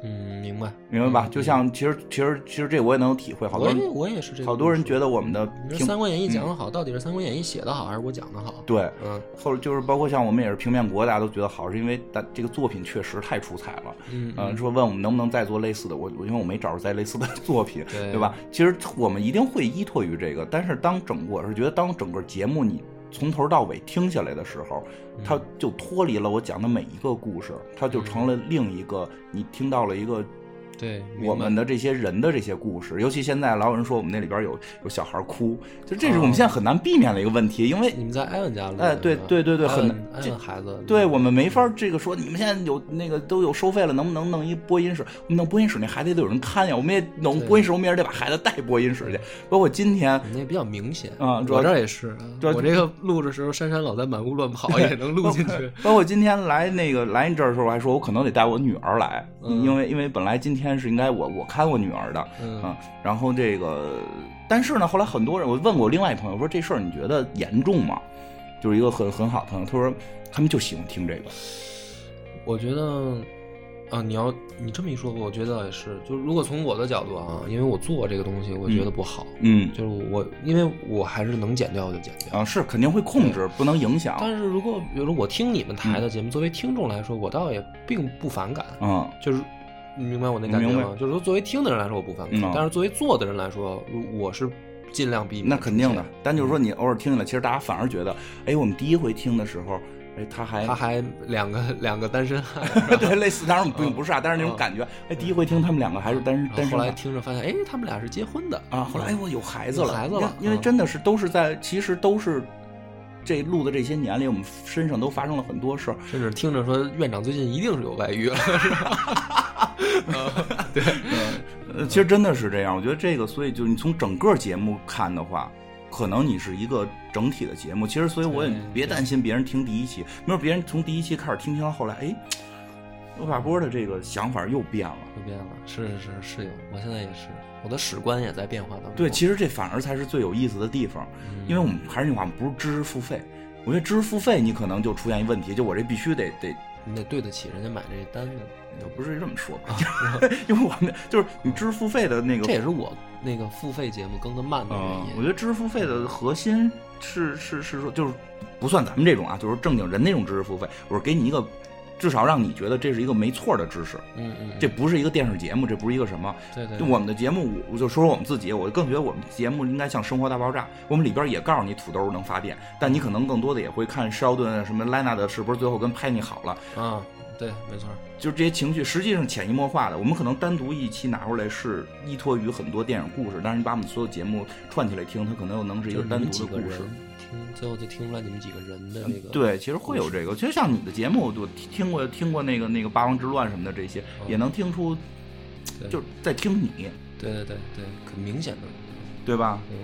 Speaker 1: 嗯，明白。
Speaker 2: 明白吧？就像其实其实其实这我也能有体会，好多
Speaker 1: 我也
Speaker 2: 人
Speaker 1: 我也是这个，
Speaker 2: 好多人觉
Speaker 1: 得，
Speaker 2: 得我们的
Speaker 1: 你说《
Speaker 2: 平
Speaker 1: 三国演义》讲的好，到底是《三国演义》写的好，还是我讲的好？
Speaker 2: 对，
Speaker 1: 嗯
Speaker 2: 后就是包括像我们也是平面国，大家都觉得好，是因为大这个作品确实太出彩了。
Speaker 1: 嗯
Speaker 2: 呃，说问我们能不能再做类似的，我我因为我没找着再类 似的作品，
Speaker 1: 对
Speaker 2: 对吧？其实我们一定会依托于这个，但是当整我是觉得当整个节目你从头到尾听下来的时候，
Speaker 1: 嗯
Speaker 2: 它就脱离了我讲的每一个故事，它就成了另一个你听到了一个
Speaker 1: 对，
Speaker 2: 我们的这些人的这些故事，尤其现在老有人说我们那里边有有小孩哭，就这是
Speaker 1: 哦
Speaker 2: 我们现在很难避免的一个问题，因为
Speaker 1: 你们在艾文家录的，
Speaker 2: 哎对
Speaker 1: 是吧
Speaker 2: 对对对
Speaker 1: 艾
Speaker 2: 很
Speaker 1: 文艾
Speaker 2: 这
Speaker 1: 文孩子，
Speaker 2: 对我们没法这个说，你们现在有那个都有收费了，能不能弄一播音室？我们弄播音室那孩子也得有人看呀，我们也弄
Speaker 1: 对
Speaker 2: 播音室，我们也得把孩子带播音室去。包括今天，
Speaker 1: 你那比较明显
Speaker 2: 啊主要
Speaker 1: 我这儿也是啊，
Speaker 2: 主要
Speaker 1: 我这个录的时候，珊珊老在满屋乱 跑，也能录进去。
Speaker 2: 包括今天来那个来你这儿的时候，我还说我可能得带我女儿来，
Speaker 1: 嗯
Speaker 2: 因为因为本来今天是应该我我看我女儿的，
Speaker 1: 嗯
Speaker 2: 啊，然后这个，但是呢，后来很多人我问过另外一朋友说这事儿你觉得严重吗？就是一个很很好的朋友，他说他们就喜欢听这个，
Speaker 1: 我觉得啊，你要你这么一说，我觉得也是，就如果从我的角度啊，因为我做这个东西，我觉得不好，
Speaker 2: 嗯
Speaker 1: 就是我因为我还是能剪掉就剪掉。
Speaker 2: 啊是肯定会控制，不能影响，
Speaker 1: 但是如果比如说我听你们台的节目，作为听众来说，我倒也并不反感，
Speaker 2: 嗯
Speaker 1: 就是你明白我那感觉
Speaker 2: 我明
Speaker 1: 吗
Speaker 2: 白？
Speaker 1: 就是说作为听的人来说我不反感，
Speaker 2: 嗯啊
Speaker 1: 但是作为做的人来说，我是尽量避免。嗯
Speaker 2: 那肯定的，，但就是说你偶尔听起来，其实大家反而觉得，哎，我们第一回听的时候，哎，他还
Speaker 1: 他还两个两个单身汉，
Speaker 2: 对类似，当然并不是啊，但是那种感觉，哎，第一回听他们两个还是单身
Speaker 1: 然
Speaker 2: 单
Speaker 1: 嗯后后
Speaker 2: 身
Speaker 1: 来
Speaker 2: 的
Speaker 1: 听着发现，哎，他们俩是结婚的嗯
Speaker 2: 啊，后来哎我有孩子了，
Speaker 1: 有孩子
Speaker 2: 因为
Speaker 1: 了
Speaker 2: 因为
Speaker 1: 嗯
Speaker 2: 真的是都是在，其实都是这录的这些年里，我们身上都发生了很多事儿，
Speaker 1: 甚至听着说院长最近一定是有外遇了，是吧？呃对，
Speaker 2: 呃，其实真的是这样，我觉得这个，所以就是你从整个节目看的话，可能你是一个整体的节目。其实，所以我也
Speaker 1: 对
Speaker 2: 别担心别人听第一期，没有别人从第一期开始听，听到后来，哎，欧法波的这个想法又变了。
Speaker 1: 又变了，是是是是有，我现在也是，我的史观也在变化当中。
Speaker 2: 对，其实这反而才是最有意思的地方，
Speaker 1: 嗯
Speaker 2: 因为我们还是那句话，我们不是知识付费。我觉得知识付费，你可能就出现一问题，就我这必须得得
Speaker 1: 你得对得起人家买这单子，
Speaker 2: 也不是这么说吧， 因为我们就是你知识付费的那个，
Speaker 1: 啊这也是我那个付费节目更的慢的原
Speaker 2: 啊，
Speaker 1: 因。
Speaker 2: 我觉得知识付费的核心是是是说，就是不算咱们这种啊，就是正经人那种知识付费，我是给你一个，至少让你觉得这是一个没错的知识，
Speaker 1: 嗯嗯，
Speaker 2: 这不是一个电视节目，这不是一个什么。
Speaker 1: 对对，
Speaker 2: 就我们的节目，我我就说说我们自己，我更觉得我们节目应该像《生活大爆炸》，我们里边也告诉你土豆能发电，但你可能更多的也会看施耀顿啊什么莱纳的是不是最后跟拍你好了，
Speaker 1: 啊，对，没错，
Speaker 2: 就是这些情绪，实际上潜移默化的。我们可能单独一期拿出来是依托于很多电影故事，但是你把我们所有节目串起来听，它可能又能是一
Speaker 1: 就
Speaker 2: 个
Speaker 1: 是你
Speaker 2: 单
Speaker 1: 们
Speaker 2: 独
Speaker 1: 几
Speaker 2: 的
Speaker 1: 个
Speaker 2: 故
Speaker 1: 人
Speaker 2: 事。
Speaker 1: 听，最后就听出来你们几个人的这个
Speaker 2: 对，其实会有这个。其实像你的节目，我就听听过听过那个那个《八王之乱》什么的这些，也能听出，
Speaker 1: 对
Speaker 2: 就是在听你，
Speaker 1: 对对对对，很明显的，
Speaker 2: 对吧？
Speaker 1: 嗯，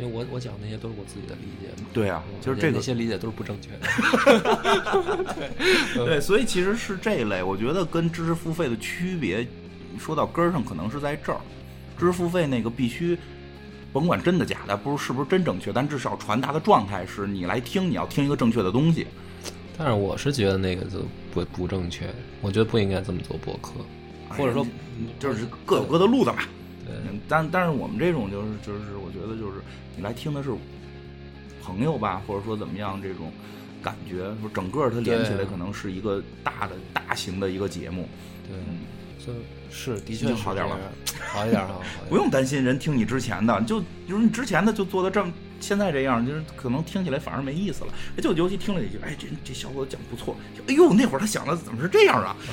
Speaker 1: 因为我我讲那些都是我自己的理解嘛。
Speaker 2: 对啊，就是
Speaker 1: 而且
Speaker 2: 这个
Speaker 1: 那些理解都是不正确的。
Speaker 2: 对，所以其实是这一类，我觉得跟知识付费的区别，说到根儿上可能是在这儿，知识付费那个必须甭管真的假的，不是是不是真正确，但至少传达的状态是你来听，你要听一个正确的东西。
Speaker 1: 但是我是觉得那个就不不正确，我觉得不应该这么做博客。
Speaker 2: 或者说，哎就是各有各的路子嘛。嗯但但是我们这种就是就是，我觉得就是你来听的是朋友吧，或者说怎么样这种感觉，说整个它连起来
Speaker 1: 对
Speaker 2: 可能是一个大的大型的一个节目，
Speaker 1: 对，嗯就是的确
Speaker 2: 已经
Speaker 1: 是
Speaker 2: 好点儿了
Speaker 1: 这样，好一点儿啊，好一点儿
Speaker 2: 不用担心人听你之前的，就就是你之前的就做的这么现在这样，就是可能听起来反而没意思了。哎，就尤其听了一句，哎，这这小伙子讲不错，就哎呦那会儿他想的怎么是这样啊？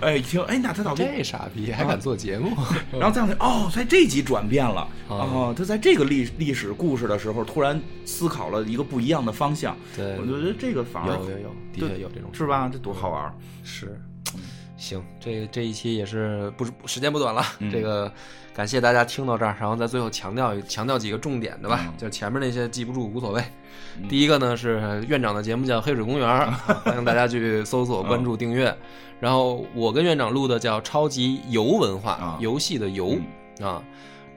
Speaker 2: 哎，一听哎那他到 底
Speaker 1: 这啊傻逼还敢做节目？
Speaker 2: 然后再往前哦，在这集转变了
Speaker 1: 嗯啊
Speaker 2: 哦，他在这个历历史故事的时候，突然思考了一个不一样的方向。
Speaker 1: 对
Speaker 2: 我觉得这个反而
Speaker 1: 有有有，的确有这种事
Speaker 2: 是吧？这多好 玩儿！
Speaker 1: 是，嗯行，这这一期也是不是时间不短了，
Speaker 2: 嗯
Speaker 1: 这个感谢大家听到这儿，然后在最后强调强调几个重点的吧，
Speaker 2: 嗯
Speaker 1: 就前面那些记不住无所谓。第一个呢是院长的节目叫《黑水公园》啊，欢迎大家去搜索、关注、订阅。然后我跟院长录的叫《超级游文化》，
Speaker 2: 啊
Speaker 1: 游戏的游、啊。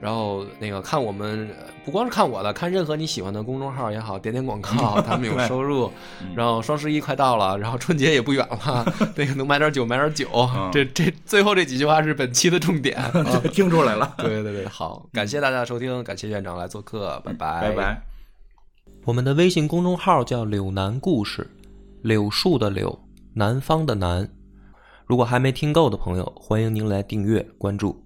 Speaker 1: 然后那个看我们呃不光是看我的，看任何你喜欢的公众号也好，点点广告， 他们有
Speaker 2: 对
Speaker 1: 收入。
Speaker 2: 嗯
Speaker 1: 然后双十一快到了，然后春节也不远了，那个能买点酒买点酒。
Speaker 2: 嗯
Speaker 1: 这这最后这几句话是本期的重点。啊
Speaker 2: 听出来了，
Speaker 1: 对对对，好，感谢大家的收听，感谢院长来做客，拜拜
Speaker 2: 拜拜。
Speaker 1: 我们的微信公众号叫“柳南故事”，柳树的柳，南方的南。如果还没听够的朋友，欢迎您来订阅关注。